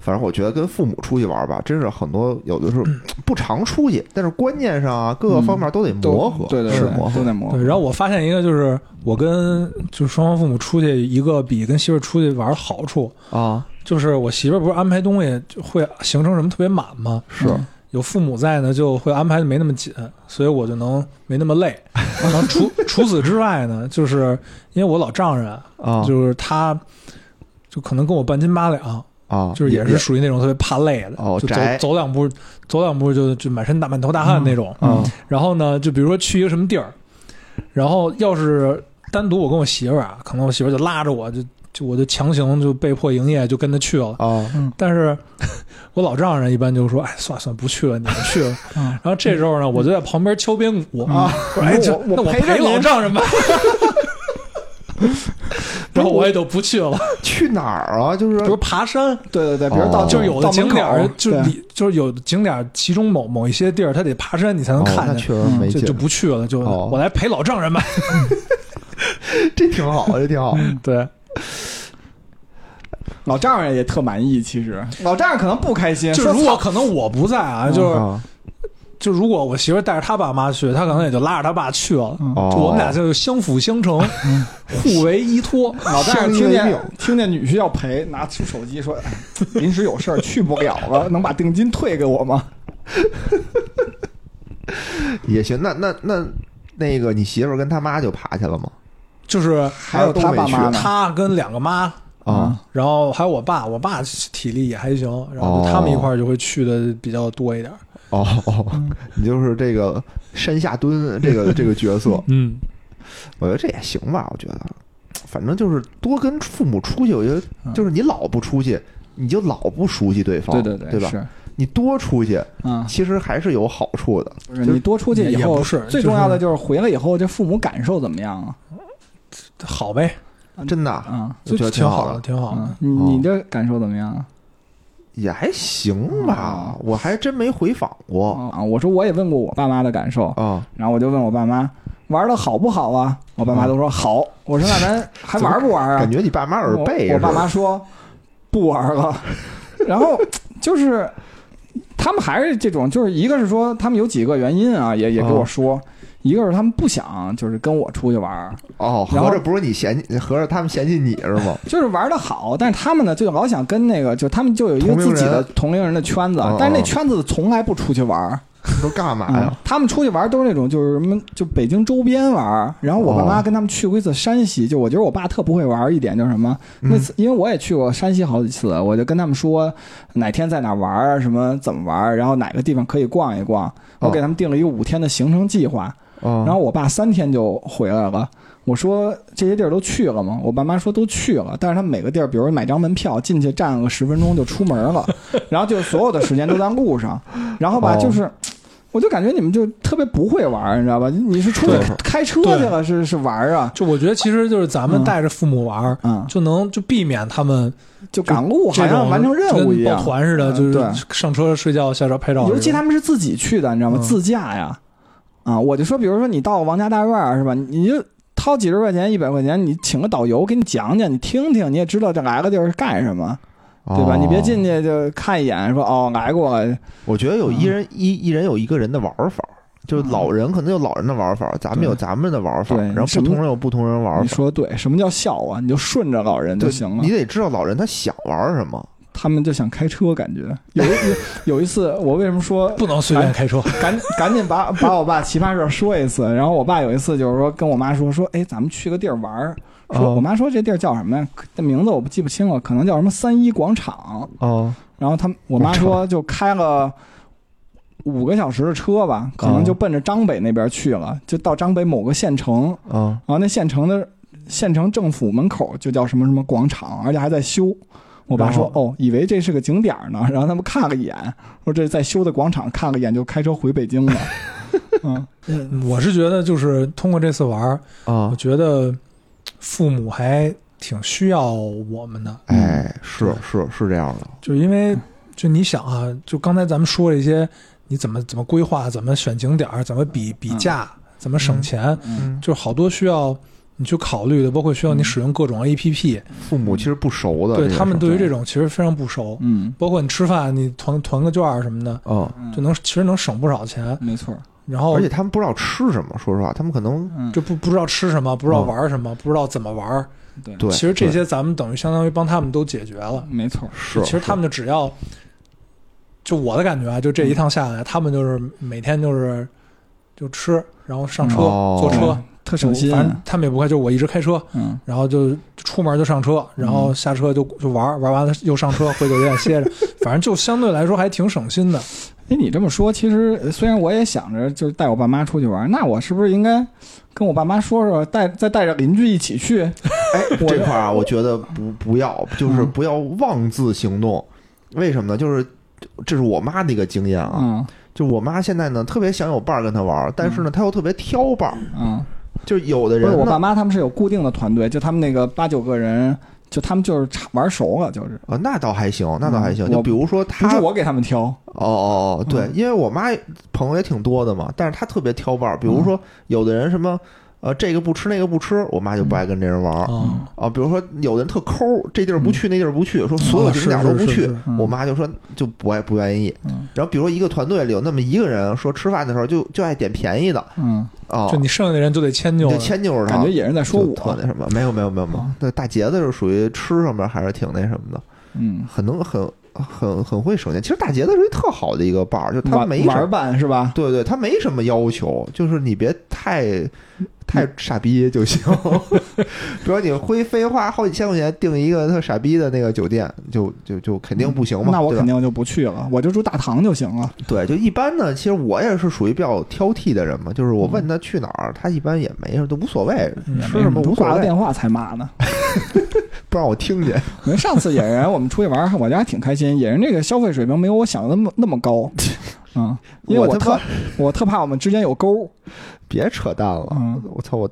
Speaker 2: 反正我觉得跟父母出去玩吧，真是很多有 的时候不常出去，但是观念上啊，各个方面都得
Speaker 3: 都
Speaker 2: 磨合，
Speaker 3: 对对
Speaker 2: 是
Speaker 3: 对，
Speaker 2: 磨合
Speaker 3: 都。得磨合
Speaker 4: 嗯啊对，。然后我发现一个，就是我跟就是双方父母出去，一个比跟媳妇儿出去玩儿好处，
Speaker 2: 啊，
Speaker 4: 就是我媳妇儿不是安排东西就会行程什么特别满吗？
Speaker 2: 是
Speaker 4: 有父母在呢，就会安排的没那么紧，所以我就能没那么累。然后 除除此之外呢，就是因为我老丈人，
Speaker 2: 啊，
Speaker 4: 就是他，就可能跟我半斤八两，
Speaker 2: 啊，
Speaker 4: 就是也是属于那种特别怕累的，
Speaker 2: 哦
Speaker 4: 就走
Speaker 2: 宅
Speaker 4: 走两步，走两步就就满身大满头大汗那种。
Speaker 3: 嗯
Speaker 2: 啊
Speaker 4: 然后呢，就比如说去一个什么地儿，然后要是单独我跟我媳妇儿啊，可能我媳妇儿就拉着我，就就我就强行就被迫营业，就跟她去了。
Speaker 2: 啊
Speaker 4: 但是 我老丈人一般就说：“哎，算了算了，不去了，你们去吧。
Speaker 3: 嗯
Speaker 4: 然后这时候呢，我就在旁边敲边鼓
Speaker 3: 啊，
Speaker 4: 我说哎，这
Speaker 3: 我我
Speaker 4: 那我
Speaker 3: 陪着
Speaker 4: 陪老
Speaker 3: 您
Speaker 4: 丈 人吧。然后我也就不去了，
Speaker 2: 去哪儿啊？就是
Speaker 4: 比如爬山，
Speaker 3: 对对对，比如
Speaker 2: 哦
Speaker 3: 到
Speaker 4: 就是有的
Speaker 3: 到
Speaker 4: 景
Speaker 3: 门口
Speaker 4: 点儿，就
Speaker 3: 对
Speaker 4: 里就是有的景点儿，其中某某一些地儿，他得爬山你才能
Speaker 2: 哦
Speaker 4: 看
Speaker 2: 那
Speaker 4: 见，嗯
Speaker 2: 确实没
Speaker 4: 就
Speaker 2: 劲
Speaker 4: 就，不去了，就
Speaker 2: 哦
Speaker 4: 我来陪老丈 人吧。
Speaker 2: 这挺好，这挺好。
Speaker 4: 对，
Speaker 3: 老丈人也特满意。其实老丈人可能不开心，
Speaker 4: 就
Speaker 3: 说
Speaker 4: 如果
Speaker 3: 操
Speaker 4: 可能我不在啊，
Speaker 3: 嗯
Speaker 4: 就是
Speaker 2: 啊
Speaker 4: 就如果我媳妇儿带着她爸妈去，她可能也就拉着她爸去了，
Speaker 3: 嗯
Speaker 2: 哦
Speaker 4: 就我们俩就相辅相成，互为依托。
Speaker 3: 老丈
Speaker 2: 相
Speaker 3: 人
Speaker 2: 依
Speaker 3: 听
Speaker 2: 为
Speaker 3: 见
Speaker 2: 命
Speaker 3: 听见女婿要赔，拿出手机说：“哎 临时有事儿去不了了，能把定金退给我吗
Speaker 2: 也行。那那那那个，你媳妇儿跟他妈就爬去了吗？
Speaker 4: 就是
Speaker 3: 还有他爸妈呢
Speaker 4: 她跟两个妈，
Speaker 2: 啊
Speaker 4: 然后还有我爸，我爸体力也还行，然后就他们一块儿就会去的比较多一点。
Speaker 2: 哦哦，
Speaker 3: 嗯
Speaker 2: 你就是这个山下蹲这 个这个角色，
Speaker 4: 嗯，
Speaker 2: 我觉得这也行吧，我觉得，反正就是多跟父母出去，我觉得
Speaker 3: 嗯
Speaker 2: 就是你老不出去，你就老不熟悉对？”方，
Speaker 3: 对
Speaker 2: 对
Speaker 3: 对，
Speaker 2: 吧？
Speaker 3: 是
Speaker 2: 你多出去，
Speaker 3: 嗯，
Speaker 2: 其实还是有好处的。
Speaker 3: 不是你多出去以
Speaker 4: 也
Speaker 3: 后，
Speaker 4: 不是
Speaker 3: 最
Speaker 4: 就
Speaker 3: 重
Speaker 4: 是
Speaker 3: 要的就是回来以后，这父母感受怎么样啊？
Speaker 4: 好呗，
Speaker 2: 真的啊，
Speaker 3: 嗯
Speaker 2: 我觉
Speaker 4: 就
Speaker 2: 得
Speaker 4: 挺
Speaker 2: 挺好
Speaker 4: 的，
Speaker 2: 的
Speaker 4: 挺好
Speaker 3: 嗯
Speaker 4: 的。，
Speaker 3: 你
Speaker 2: 哦
Speaker 3: 你这感受怎么样啊？
Speaker 2: 也还行吧
Speaker 3: 哦，
Speaker 2: 我还真没回访过
Speaker 3: 啊，我说我也问过我爸妈的感受，
Speaker 2: 啊。
Speaker 3: 然后我就问我爸妈玩的好不好啊？我爸妈都说好。我说那咱还玩不玩啊？
Speaker 2: 感觉你爸妈耳背
Speaker 3: 我
Speaker 2: 是
Speaker 3: 我
Speaker 2: 吧
Speaker 3: 爸妈说不玩了，然后就是他们还是这种，就是一个是说他们有几个原因啊，也也给
Speaker 2: 哦
Speaker 3: 我说，一个是他们不想就是跟我出去玩儿，
Speaker 2: 哦，
Speaker 3: 然
Speaker 2: 合
Speaker 3: 后
Speaker 2: 着不是你嫌弃，合着他们嫌弃你是 吗？
Speaker 3: 就是玩的好，但是他们呢就老想跟那个，就他们就有一个
Speaker 2: 同龄
Speaker 3: 自
Speaker 2: 人
Speaker 3: 己的同龄人的圈子
Speaker 2: 哦哦，
Speaker 3: 但是那圈子从来不出去玩儿。
Speaker 2: 都干嘛
Speaker 3: 嗯
Speaker 2: 呀？
Speaker 3: 他们出去玩都是那种就是什么就北京周边玩儿，然后我爸妈
Speaker 2: 哦
Speaker 3: 跟他们去过一次山西，就我觉得我爸特不会玩儿一点就是什么，
Speaker 2: 嗯
Speaker 3: 那次因为我也去过山西好几次，我就跟他们说哪天在哪玩
Speaker 2: 哦
Speaker 3: 儿，什么怎么玩儿，然后哪个地方可以逛一逛，我给他们定了一个五天的行程计划。
Speaker 4: 嗯
Speaker 2: 啊，
Speaker 3: 嗯然后我爸三天就回来了。我说这些地儿都去了吗？我爸妈说都去了，但是他们每个地儿，比如买张门票进去站个十分钟就出门 了，然后就所有的时间都在路上，然后吧
Speaker 2: 哦
Speaker 3: 就是。我就感觉你们就特别不会玩儿，你知道吧？你是出去
Speaker 2: 对
Speaker 3: 开车去了，是是玩儿啊，
Speaker 4: 就我觉得其实就是咱们
Speaker 3: 嗯
Speaker 4: 带着父母玩儿，
Speaker 3: 嗯，
Speaker 4: 就能就避免他们
Speaker 3: 就赶路，好
Speaker 4: 这
Speaker 3: 像
Speaker 4: 种
Speaker 3: 完成任务一
Speaker 4: 跟抱
Speaker 3: 样。
Speaker 4: 团似的，
Speaker 3: 嗯
Speaker 4: 就是
Speaker 3: 对
Speaker 4: 上车睡觉，下车拍照。
Speaker 3: 尤其他们是自己去的，你知道吗？
Speaker 4: 嗯
Speaker 3: 自驾呀，啊，我就说，比如说你到王家大院儿是吧？你就掏几十块钱、一百块钱，你请个导游给你讲讲，你听听，你也知道这来个地儿是干什么，对吧？
Speaker 2: 哦
Speaker 3: 你别进去就看一眼，说哦来过了，
Speaker 2: 我觉得有
Speaker 3: 嗯
Speaker 2: 一人一一人有一个人的玩法，就是老人可能有老人的玩法，咱们有咱们的玩法，
Speaker 3: 对
Speaker 2: 然后
Speaker 3: 什
Speaker 2: 不
Speaker 3: 么
Speaker 2: 同人有不同人玩
Speaker 3: 你
Speaker 2: 法。
Speaker 3: 说对，什么叫孝啊？你就顺着老人就
Speaker 2: 对
Speaker 3: 行了
Speaker 2: 你。得知道老人他想玩什么。
Speaker 3: 他们就想开车，感觉有一有有一次，我为什么说
Speaker 4: 不能随便开车，
Speaker 3: 赶赶紧把把我爸奇葩事儿说一次。然后我爸有一次就是说跟我妈说说，哎，咱们去个地儿玩儿。说
Speaker 2: 哦
Speaker 3: 我妈说这地儿叫什么呀？可这名字我不记不清了，可能叫什么三一广场。
Speaker 2: 哦，
Speaker 3: 然后他们我妈说就开了五个小时的车吧，可
Speaker 2: 哦
Speaker 3: 能就奔着张北那边去了，就到张北某个县城。
Speaker 4: 哦
Speaker 2: 啊，
Speaker 3: 然后那县城的县城政府门口就叫什么什么广场，而且还在修。我爸说
Speaker 2: 然：“
Speaker 3: 哦，以为这是个景点儿呢。”然后他们看了一眼，说这是在修的广场，看了一眼就开车回北京了。嗯，
Speaker 4: 嗯我是觉得就是通过这次玩儿，
Speaker 2: 啊
Speaker 4: 我，觉得父母还挺需要我们的，
Speaker 2: 哎，是
Speaker 4: 嗯
Speaker 2: 是是这样的，
Speaker 4: 就因为就你想啊，就刚才咱们说了一些，你怎么怎么规划，怎么选景点儿，怎么比比价，怎么省钱，
Speaker 2: 嗯，
Speaker 4: 就是好多需要你去考虑的，包括需要你
Speaker 3: 嗯
Speaker 4: 使用各种 A P P，、
Speaker 2: 父母其实不熟的，
Speaker 4: 对
Speaker 2: 这个
Speaker 4: 他们
Speaker 2: 事
Speaker 4: 对于这种其实非常不熟，
Speaker 3: 嗯，
Speaker 4: 包括你吃饭，你团团个券儿什么的，
Speaker 2: 嗯，
Speaker 4: 就能其实能省不少钱，
Speaker 3: 没错儿，
Speaker 4: 然后
Speaker 2: 而且他们不知道吃什么，说实话，他们可能
Speaker 3: 嗯，
Speaker 4: 就不不知道吃什么，不知道玩什么，不知道怎么玩儿。
Speaker 3: 对
Speaker 2: 嗯对，
Speaker 4: 其实这
Speaker 2: 对
Speaker 4: 些咱们等于相当于帮他们都解决了。
Speaker 3: 没错儿，
Speaker 2: 是，
Speaker 4: 其实他们就只要，就我的感觉啊，就这一趟下来，他们就是每天就是就吃，然后上车、
Speaker 2: 哦
Speaker 4: 坐车
Speaker 3: 嗯，特省心。
Speaker 4: 反正他们也不会，就我一直开车，
Speaker 3: 嗯，
Speaker 4: 然后就出门就上车，然
Speaker 2: 嗯
Speaker 4: 后下车就就玩儿，玩完了又上车回酒店歇 着，反正就相对来说还挺省心的。
Speaker 3: 哎，你这么说，其实呃虽然我也想着就是带我爸妈出去玩儿，那我是不是应该跟我爸妈说说，带再带着邻居一起去？
Speaker 2: 哎，这块儿啊，我觉得不不要，就是
Speaker 4: 嗯
Speaker 2: 不要妄自行动。为什么呢？就是这是我妈的一个经验啊，
Speaker 3: 嗯
Speaker 2: 就我妈现在呢特别想有伴儿跟她玩儿，但是呢她又特别挑伴儿。
Speaker 3: 嗯。
Speaker 2: 就有的
Speaker 3: 不是
Speaker 2: 人
Speaker 3: 我爸
Speaker 2: 呢，
Speaker 3: 妈他们是有固定的团队，就他们那个八九个人，就他们就是差玩熟了，就是
Speaker 2: 呃，那倒还行，那倒还行。
Speaker 3: 嗯
Speaker 2: 就
Speaker 3: 我
Speaker 2: 比如说
Speaker 3: 不
Speaker 2: 她，
Speaker 3: 是
Speaker 2: 哦
Speaker 3: 我嗯给他们挑，
Speaker 2: 哦哦，对，因为我妈朋友也挺多的嘛，但是她特别挑伴儿。比
Speaker 3: 嗯
Speaker 2: 如说有的人什么。呃，这个不吃那个不吃，我妈就不爱跟这人玩
Speaker 3: 哦
Speaker 2: 儿
Speaker 4: 嗯，
Speaker 2: 啊。比如说，有的人特抠，这地儿不去，那地儿不去，说所有景点儿都不
Speaker 4: 啊是是
Speaker 2: 去
Speaker 4: 是是，
Speaker 3: 嗯
Speaker 2: 我妈就说就不爱不愿意。
Speaker 3: 嗯
Speaker 2: 然后比如说一个团队里有那么一个人说吃饭的时候就就爱点便宜的
Speaker 3: 嗯，
Speaker 2: 啊，
Speaker 4: 就你剩下的人就得迁就
Speaker 2: 你
Speaker 4: 了
Speaker 2: 就。迁就着他，
Speaker 3: 感觉也是在说
Speaker 2: 就特
Speaker 3: 我，
Speaker 2: 那什么，没有没有没有没有
Speaker 3: 啊，
Speaker 2: 那大杰子是属于吃上面还是挺那什么的，
Speaker 3: 嗯，
Speaker 2: 很能很很很会省钱。其实大杰子是一特好的一个伴儿，就他
Speaker 3: 玩
Speaker 2: 没什
Speaker 3: 玩
Speaker 2: 么，
Speaker 3: 伴是吧？
Speaker 2: 对对，他没什么要求，就是你别太太
Speaker 3: 嗯
Speaker 2: 傻逼就行。 比如你会非花好几千块钱订一个特傻逼的那个酒店，就就就肯定不行嘛，
Speaker 3: 嗯那我
Speaker 2: 对吧
Speaker 3: 肯定就不去了，我就住大堂就行了。
Speaker 2: 对，就一般呢，其实我也是属于比较挑剔的人嘛，就是我
Speaker 3: 嗯
Speaker 2: 问他去哪儿，他一般也没什么，都无所谓，
Speaker 4: 嗯
Speaker 2: 吃什么
Speaker 3: 不
Speaker 2: 无所
Speaker 3: 挂个
Speaker 2: 谓，
Speaker 3: 电话才骂呢。
Speaker 2: 不让我听见。
Speaker 3: 因为上次野人我们出去玩，我觉得还挺开心，野人这个消费水平没有我想的那么那么 高，嗯，因为
Speaker 2: 我
Speaker 3: 我
Speaker 2: 他妈
Speaker 3: 特我特怕我们之间有沟，
Speaker 2: 别扯淡了，
Speaker 3: 嗯
Speaker 2: 我操，我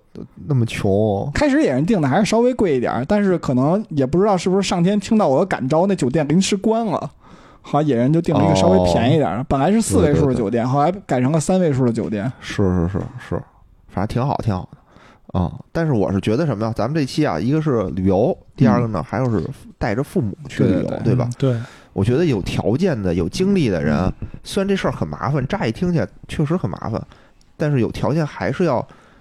Speaker 2: 那么穷，
Speaker 3: 开始也是定的还是稍微贵一点儿，但是可能也不知道是不是上天听到我的感召，那酒店临时关了，好像野人就订了一个稍微便宜点
Speaker 2: 哦
Speaker 3: 儿的，本来是四位数的酒店，后来改成了三位数的酒店。
Speaker 2: 是是是是，反正挺好，挺好的啊、但是我是觉得什么呀？咱们这期啊，一个是旅游，第二个呢，还有是带着父母去旅游，
Speaker 3: 嗯对对对
Speaker 2: 吧
Speaker 4: 嗯？对，
Speaker 2: 我觉得有条件的、有精力的人，
Speaker 3: 嗯
Speaker 2: 虽然这事儿很麻烦，乍一听起来确实很麻烦，但是有条件还是要，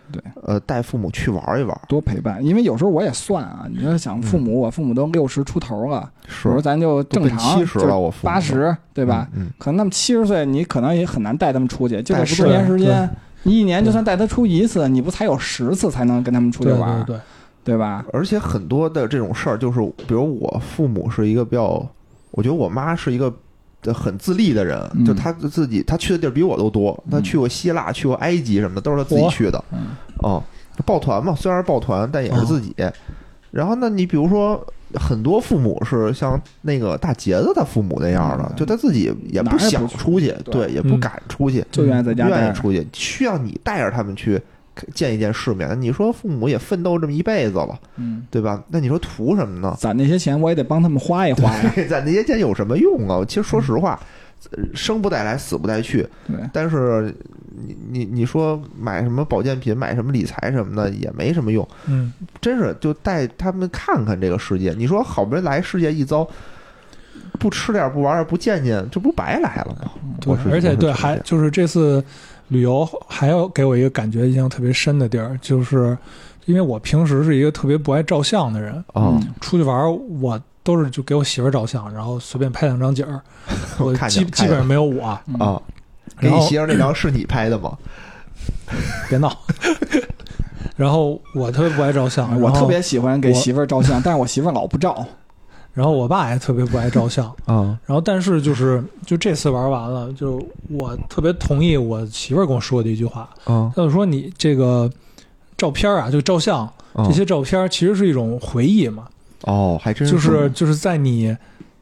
Speaker 3: 对，
Speaker 2: 呃，带父母去玩一玩。
Speaker 3: 多陪伴，因为有时候我也算啊，你要想父母，我父母都六十出头了，
Speaker 2: 嗯是
Speaker 3: 我说咱就正常
Speaker 2: 七十了，我父母
Speaker 3: 八十对
Speaker 2: 对
Speaker 3: 吧？？
Speaker 2: 嗯，
Speaker 3: 可能那么七十岁，你可能也很难带他们出去，就
Speaker 2: 带不
Speaker 3: 这十
Speaker 2: 动
Speaker 3: 年时间
Speaker 4: 哎对，
Speaker 3: 你一年就算带他出一次，你不才有十次才能跟他们出去
Speaker 4: 对
Speaker 3: 玩儿，
Speaker 4: 对对，
Speaker 3: 对吧？
Speaker 2: 而且很多的这种事儿，就是比如我父母是一个比较，我觉得我妈是一个很自立的人，
Speaker 3: 嗯
Speaker 2: 就他自己他去的地儿比我都多，他去过希腊，去过埃及什么的，都是他自己
Speaker 4: 嚯
Speaker 2: 去的。
Speaker 3: 嗯
Speaker 2: 哦，抱团嘛，虽然是抱团，但也是自己。
Speaker 3: 哦
Speaker 2: 然后呢，你比如说，很多父母是像那个大杰子他父母那样的，
Speaker 3: 嗯
Speaker 2: 就他自己也
Speaker 3: 哪儿也不
Speaker 2: 想
Speaker 3: 去
Speaker 2: 出去，
Speaker 3: 对
Speaker 2: 对，也不
Speaker 4: 嗯
Speaker 2: 敢出去，
Speaker 3: 就愿意在家待
Speaker 2: 愿意
Speaker 3: 着。
Speaker 2: 出去，需要你带着他们去见一见世面。你说父母也奋斗这么一辈子了，
Speaker 3: 嗯，
Speaker 2: 对吧？那你说图什么呢？
Speaker 3: 攒那些钱我也得帮他们花一花 呀。
Speaker 2: 攒那些钱有什么用啊？其实说实话，呃生不带来，死不带去。
Speaker 3: 对，
Speaker 2: 但是你你你说买什么保健品，买什么理财什么的，也没什么用。
Speaker 4: 嗯，
Speaker 2: 真是就带他们看看这个世界。你说好不容易来世界一遭，不吃点儿不玩儿点儿不见见，这不白来了吗？
Speaker 4: 对
Speaker 2: 我是，
Speaker 4: 而
Speaker 2: 我
Speaker 4: 且
Speaker 2: 是
Speaker 4: 对，
Speaker 2: 这么
Speaker 4: 还
Speaker 2: 想
Speaker 4: 就是这次旅游还要给我一个感觉印象特别深的地儿，就是因为我平时是一个特别不爱照相的人，
Speaker 3: 嗯
Speaker 2: 啊，
Speaker 4: 出去玩儿我都是就给我媳妇儿照相，然后随便拍两 张景儿，我
Speaker 2: 看
Speaker 4: 基
Speaker 2: 见
Speaker 4: 基本上没有我。
Speaker 3: 嗯
Speaker 2: 啊，给
Speaker 4: 然
Speaker 2: 你
Speaker 4: 后
Speaker 2: 媳妇儿那张是你拍的吗？
Speaker 4: 别闹。然后我特别不爱照相，然
Speaker 3: 我
Speaker 4: 后
Speaker 3: 特别喜欢给
Speaker 4: 我
Speaker 3: 媳妇儿照相，但是我媳妇儿老不照。
Speaker 4: 然后我爸也特别不爱照相。
Speaker 2: 啊，
Speaker 4: 然后但是就是就这次玩完了，就我特别同意我媳妇儿跟我说的一句话，
Speaker 2: 啊，
Speaker 4: 她就说你这个照片儿啊，就照相
Speaker 2: 嗯
Speaker 4: 这些照片儿其实是一种回忆嘛，
Speaker 2: 哦，还真
Speaker 4: 就是就是在你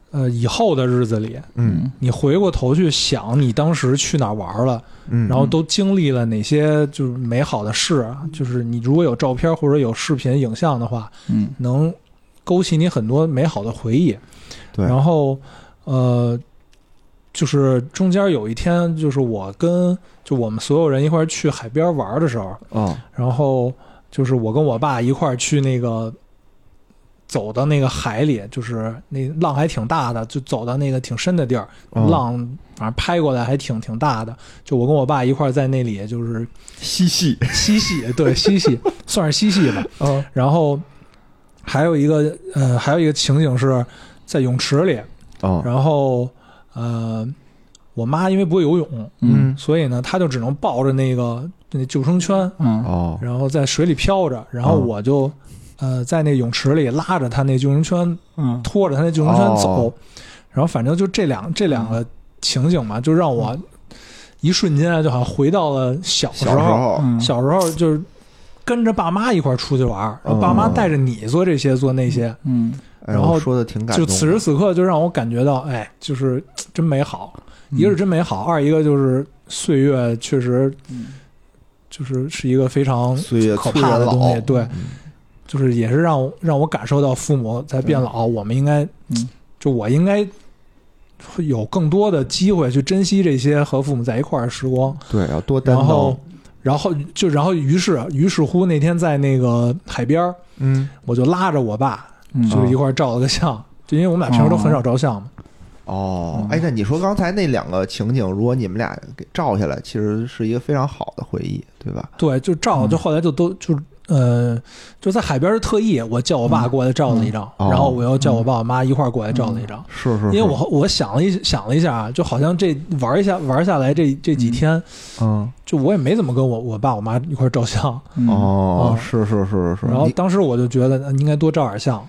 Speaker 4: 呃以后的日子里，
Speaker 2: 嗯，
Speaker 4: 你回过头去想你当时去哪儿玩了，
Speaker 2: 嗯，
Speaker 4: 然后都经历了哪些就是美好的事啊，就是你如果有照片或者有视频影像的话，
Speaker 3: 嗯
Speaker 4: 能勾起你很多美好的回忆。
Speaker 2: 对
Speaker 4: 然后呃，就是中间有一天，就是我跟就我们所有人一块儿去海边玩的时候，
Speaker 2: 啊
Speaker 4: 然后就是我跟我爸一块儿去那个。走到那个海里，就是那浪还挺大的，就走到那个挺深的地儿，
Speaker 2: 哦
Speaker 4: 浪反正拍过来还挺挺大的。就我跟我爸一块儿在那里，就是
Speaker 2: 嬉戏
Speaker 4: 嬉戏，对嬉戏， 算是嬉戏吧。
Speaker 2: 啊
Speaker 4: 然后还有一个呃，还有一个情景是在泳池里，
Speaker 2: 啊，
Speaker 4: 然后呃，我妈因为不会游泳，
Speaker 3: 嗯
Speaker 4: 所以呢，她就只能抱着那个那救生圈，
Speaker 3: 嗯
Speaker 2: 哦
Speaker 4: 然后在水里飘着，然后
Speaker 2: 嗯
Speaker 4: 我就。呃，在那个泳池里拉着她那救生圈，
Speaker 3: 嗯
Speaker 4: 拖着她那救生圈走，
Speaker 2: 哦
Speaker 4: 然后反正就这两这两个情景嘛，就让我一瞬间啊就好像回到了小时
Speaker 2: 嗯小
Speaker 4: 候，
Speaker 2: 时候
Speaker 3: 嗯，
Speaker 4: 小时候就是跟着爸妈一块儿出去玩儿，然后爸妈
Speaker 2: 嗯
Speaker 4: 带着你做这些做那些，
Speaker 3: 嗯
Speaker 2: 哎
Speaker 4: 然
Speaker 2: 我
Speaker 4: 后
Speaker 2: 说的挺感
Speaker 4: 就
Speaker 2: 动的，
Speaker 4: 此时此刻就让我感觉到，哎，就是嘖真美好。
Speaker 2: 嗯
Speaker 4: 一个是真美好，二一个就是岁月确实
Speaker 3: 嗯
Speaker 4: 就是是一个非常
Speaker 2: 岁月
Speaker 4: 可
Speaker 2: 催
Speaker 4: 怕
Speaker 2: 人
Speaker 4: 的东西，
Speaker 2: 老，嗯
Speaker 4: 对，就是也是让我让我感受到父母在变老，我们应该
Speaker 3: 嗯，
Speaker 4: 就我应该。会有更多的机会去珍惜这些和父母在一块儿的时光，
Speaker 2: 对，要多担当
Speaker 4: 然后，，然后就然后于是于是乎那天在那个海边儿，
Speaker 2: 嗯，
Speaker 4: 我就拉着我爸，
Speaker 3: 嗯
Speaker 4: 就是一块儿照了个相。就因为我们俩平时都很少照相嘛，
Speaker 2: 哦，哎，那你说刚才那两个情景，如果你们俩给照下来，其实是一个非常好的回忆，对吧？
Speaker 4: 对，就照，
Speaker 3: 嗯
Speaker 4: 就后来就都就呃，就在海边儿特意我叫我爸过来照了一张，
Speaker 2: 嗯哦
Speaker 4: 然后我又叫我爸我妈一块儿过来照了一张，
Speaker 2: 是是
Speaker 4: 因为我我想了一想了一下啊，就好像这玩一下玩下来这这几天，
Speaker 2: 嗯
Speaker 4: 就我也没怎么跟我我爸我妈一块儿照相，
Speaker 3: 嗯
Speaker 2: 哦
Speaker 4: 嗯，
Speaker 2: 是是是是，
Speaker 4: 然后
Speaker 2: 你
Speaker 4: 当时我就觉得呃应该多照点相，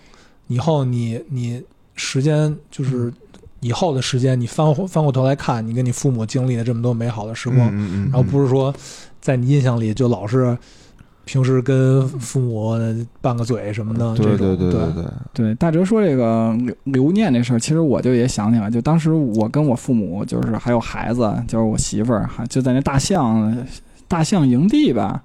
Speaker 4: 以后你你时间就是
Speaker 2: 嗯
Speaker 4: 以后的时间，你翻回翻过头来看，你跟你父母经历的这么多美好的时光，
Speaker 2: 嗯嗯嗯，
Speaker 4: 然后不是说在你印象里就老是平时跟父母拌个嘴什么的，
Speaker 2: 对
Speaker 4: 这种
Speaker 2: 对对
Speaker 4: 对
Speaker 2: 对对，
Speaker 3: 对，大哲说这个留留念这事儿，其实我就也想起来，就当时我跟我父母，就是还有孩子，就是我媳妇儿，还就在那大象大象营地吧，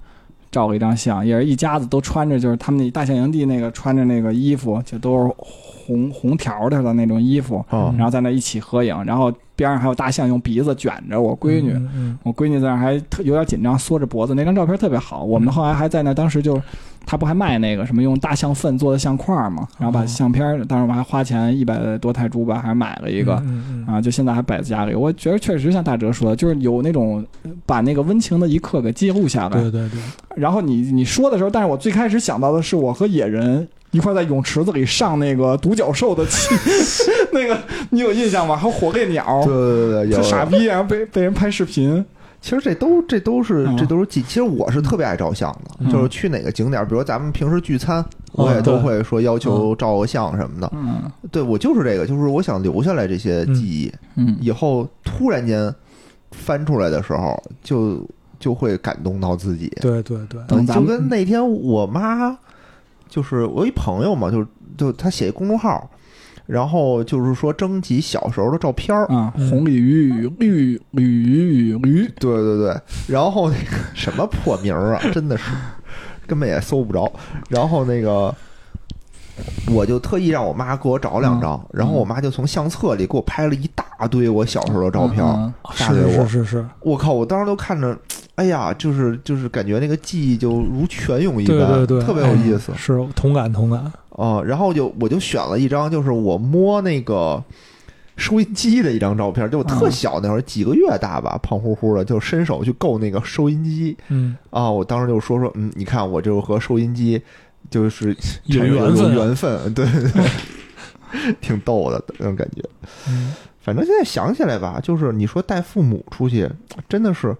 Speaker 3: 照了一张相，也是一家子都穿着，就是他们那大象营地那个穿着那个衣服，就都是红红条的的那种衣服，
Speaker 2: 哦
Speaker 4: 嗯
Speaker 3: 然后在那一起合影，然后边上还有大象用鼻子卷着我闺女，
Speaker 4: 嗯嗯
Speaker 3: 我闺女在那儿还特有点紧张，缩着脖子。那张照片特别好，我们后来还在那儿，当时就他不还卖那个什么用大象粪做的相框嘛，然后把
Speaker 4: 哦
Speaker 3: 相片儿，当时我们还花钱一百多泰铢吧，还买了一个。
Speaker 4: 嗯嗯嗯
Speaker 3: 啊，就现在还摆在家里，我觉得确实像大哲说的，就是有那种呃把那个温情的一刻给记录下来。
Speaker 4: 对对对，
Speaker 3: 然后你你说的时候，但是我最开始想到的是我和野人一块在泳池子里上那个独角兽的气， 那个你有印象吗？还有火烈鸟，
Speaker 2: 对对对，
Speaker 3: 特
Speaker 2: 有
Speaker 3: 傻逼，然后被被人拍视频。
Speaker 2: 其实这都这都是
Speaker 3: 嗯
Speaker 2: 这都是记，其实我是特别爱照相的，
Speaker 3: 嗯
Speaker 2: 就是去哪个景点，比如咱们平时聚餐，我也
Speaker 4: 嗯
Speaker 2: 都
Speaker 4: 对
Speaker 2: 会说要求照个相什么的。
Speaker 3: 嗯
Speaker 2: 对我就是这个，就是我想留下来这些记忆，
Speaker 3: 嗯，
Speaker 2: 以后突然间翻出来的时候，就就会感动到自己。
Speaker 4: 对对对，
Speaker 3: 等嗯咱
Speaker 2: 就
Speaker 3: 们
Speaker 2: 跟那天我妈，就是我一朋友嘛，就就她写一公众号，然后就是说征集小时候的照片儿。
Speaker 3: 啊，
Speaker 4: 嗯
Speaker 3: 红鲤鱼、绿鲤鱼、驴，
Speaker 2: 对对对，然后那个什么破名儿啊，真的 是根本也搜不着。然后那个，我就特意让我妈给我找两
Speaker 4: 嗯
Speaker 2: 张，然后我妈就从相册里给我拍了一大堆我小时候的照片。
Speaker 3: 嗯
Speaker 2: 嫁给
Speaker 4: 是
Speaker 2: 我
Speaker 4: 是是是，
Speaker 2: 我靠！我当时都看着，哎呀，就是就是感觉那个记忆就如泉涌一般，
Speaker 4: 对对对，
Speaker 2: 特别有意思
Speaker 4: 哎。是同感同感。
Speaker 2: 哦、然后就我就选了一张，就是我摸那个收音机的一张照片，就我特
Speaker 3: 嗯
Speaker 2: 小那会儿，几个月大吧，胖乎乎的，就伸手去够那个收音机
Speaker 4: 嗯，
Speaker 2: 啊。我当时就说说，嗯，你看我就和收音机就是
Speaker 4: 有
Speaker 2: 产生了
Speaker 4: 缘分啊
Speaker 2: 缘分，对对 对，挺逗的那种感觉。
Speaker 4: 嗯
Speaker 2: 反正现在想起来吧，就是你说带父母出去，真的是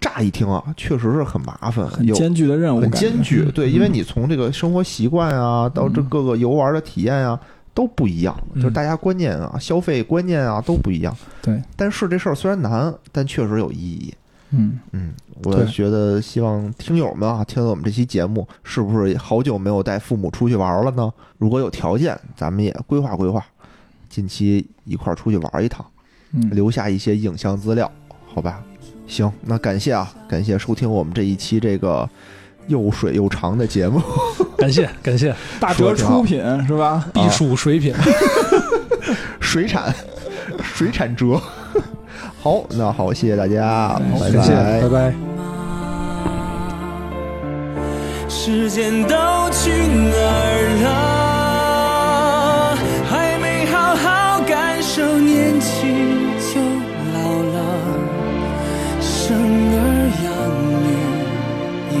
Speaker 2: 乍一听啊，确实是很麻烦，
Speaker 3: 很
Speaker 2: 有
Speaker 3: 艰巨的任务，
Speaker 2: 很
Speaker 3: 感觉
Speaker 2: 艰巨，对，
Speaker 3: 嗯
Speaker 2: 因为你从这个生活习惯啊，到这各个游玩的体验啊，都不一样，
Speaker 4: 嗯
Speaker 2: 就是大家观念啊、消费观念啊都不一样。
Speaker 3: 对，
Speaker 2: 但是这事儿虽然难，但确实有意义。
Speaker 3: 嗯，
Speaker 2: 嗯，我
Speaker 4: 对
Speaker 2: 觉得希望听友们啊，听了我们这期节目，是不是好久没有带父母出去玩了呢？如果有条件，咱们也规划规划，近期一块儿出去玩一趟。
Speaker 3: 嗯
Speaker 2: 留下一些影像资料，好吧？行，那感谢啊，感谢收听我们这一期这个又水又长的节目。
Speaker 4: 感谢感谢，
Speaker 3: 大
Speaker 2: 说
Speaker 3: 哲
Speaker 2: 得挺好
Speaker 3: 出品是吧？
Speaker 4: 必属水品。
Speaker 2: 水产，水产哲。 好，那好，谢谢大家，拜
Speaker 4: 感谢，
Speaker 2: 拜
Speaker 4: 拜。拜。
Speaker 5: 时间都去哪儿了？还没好好感受年轻就老了，生儿养女一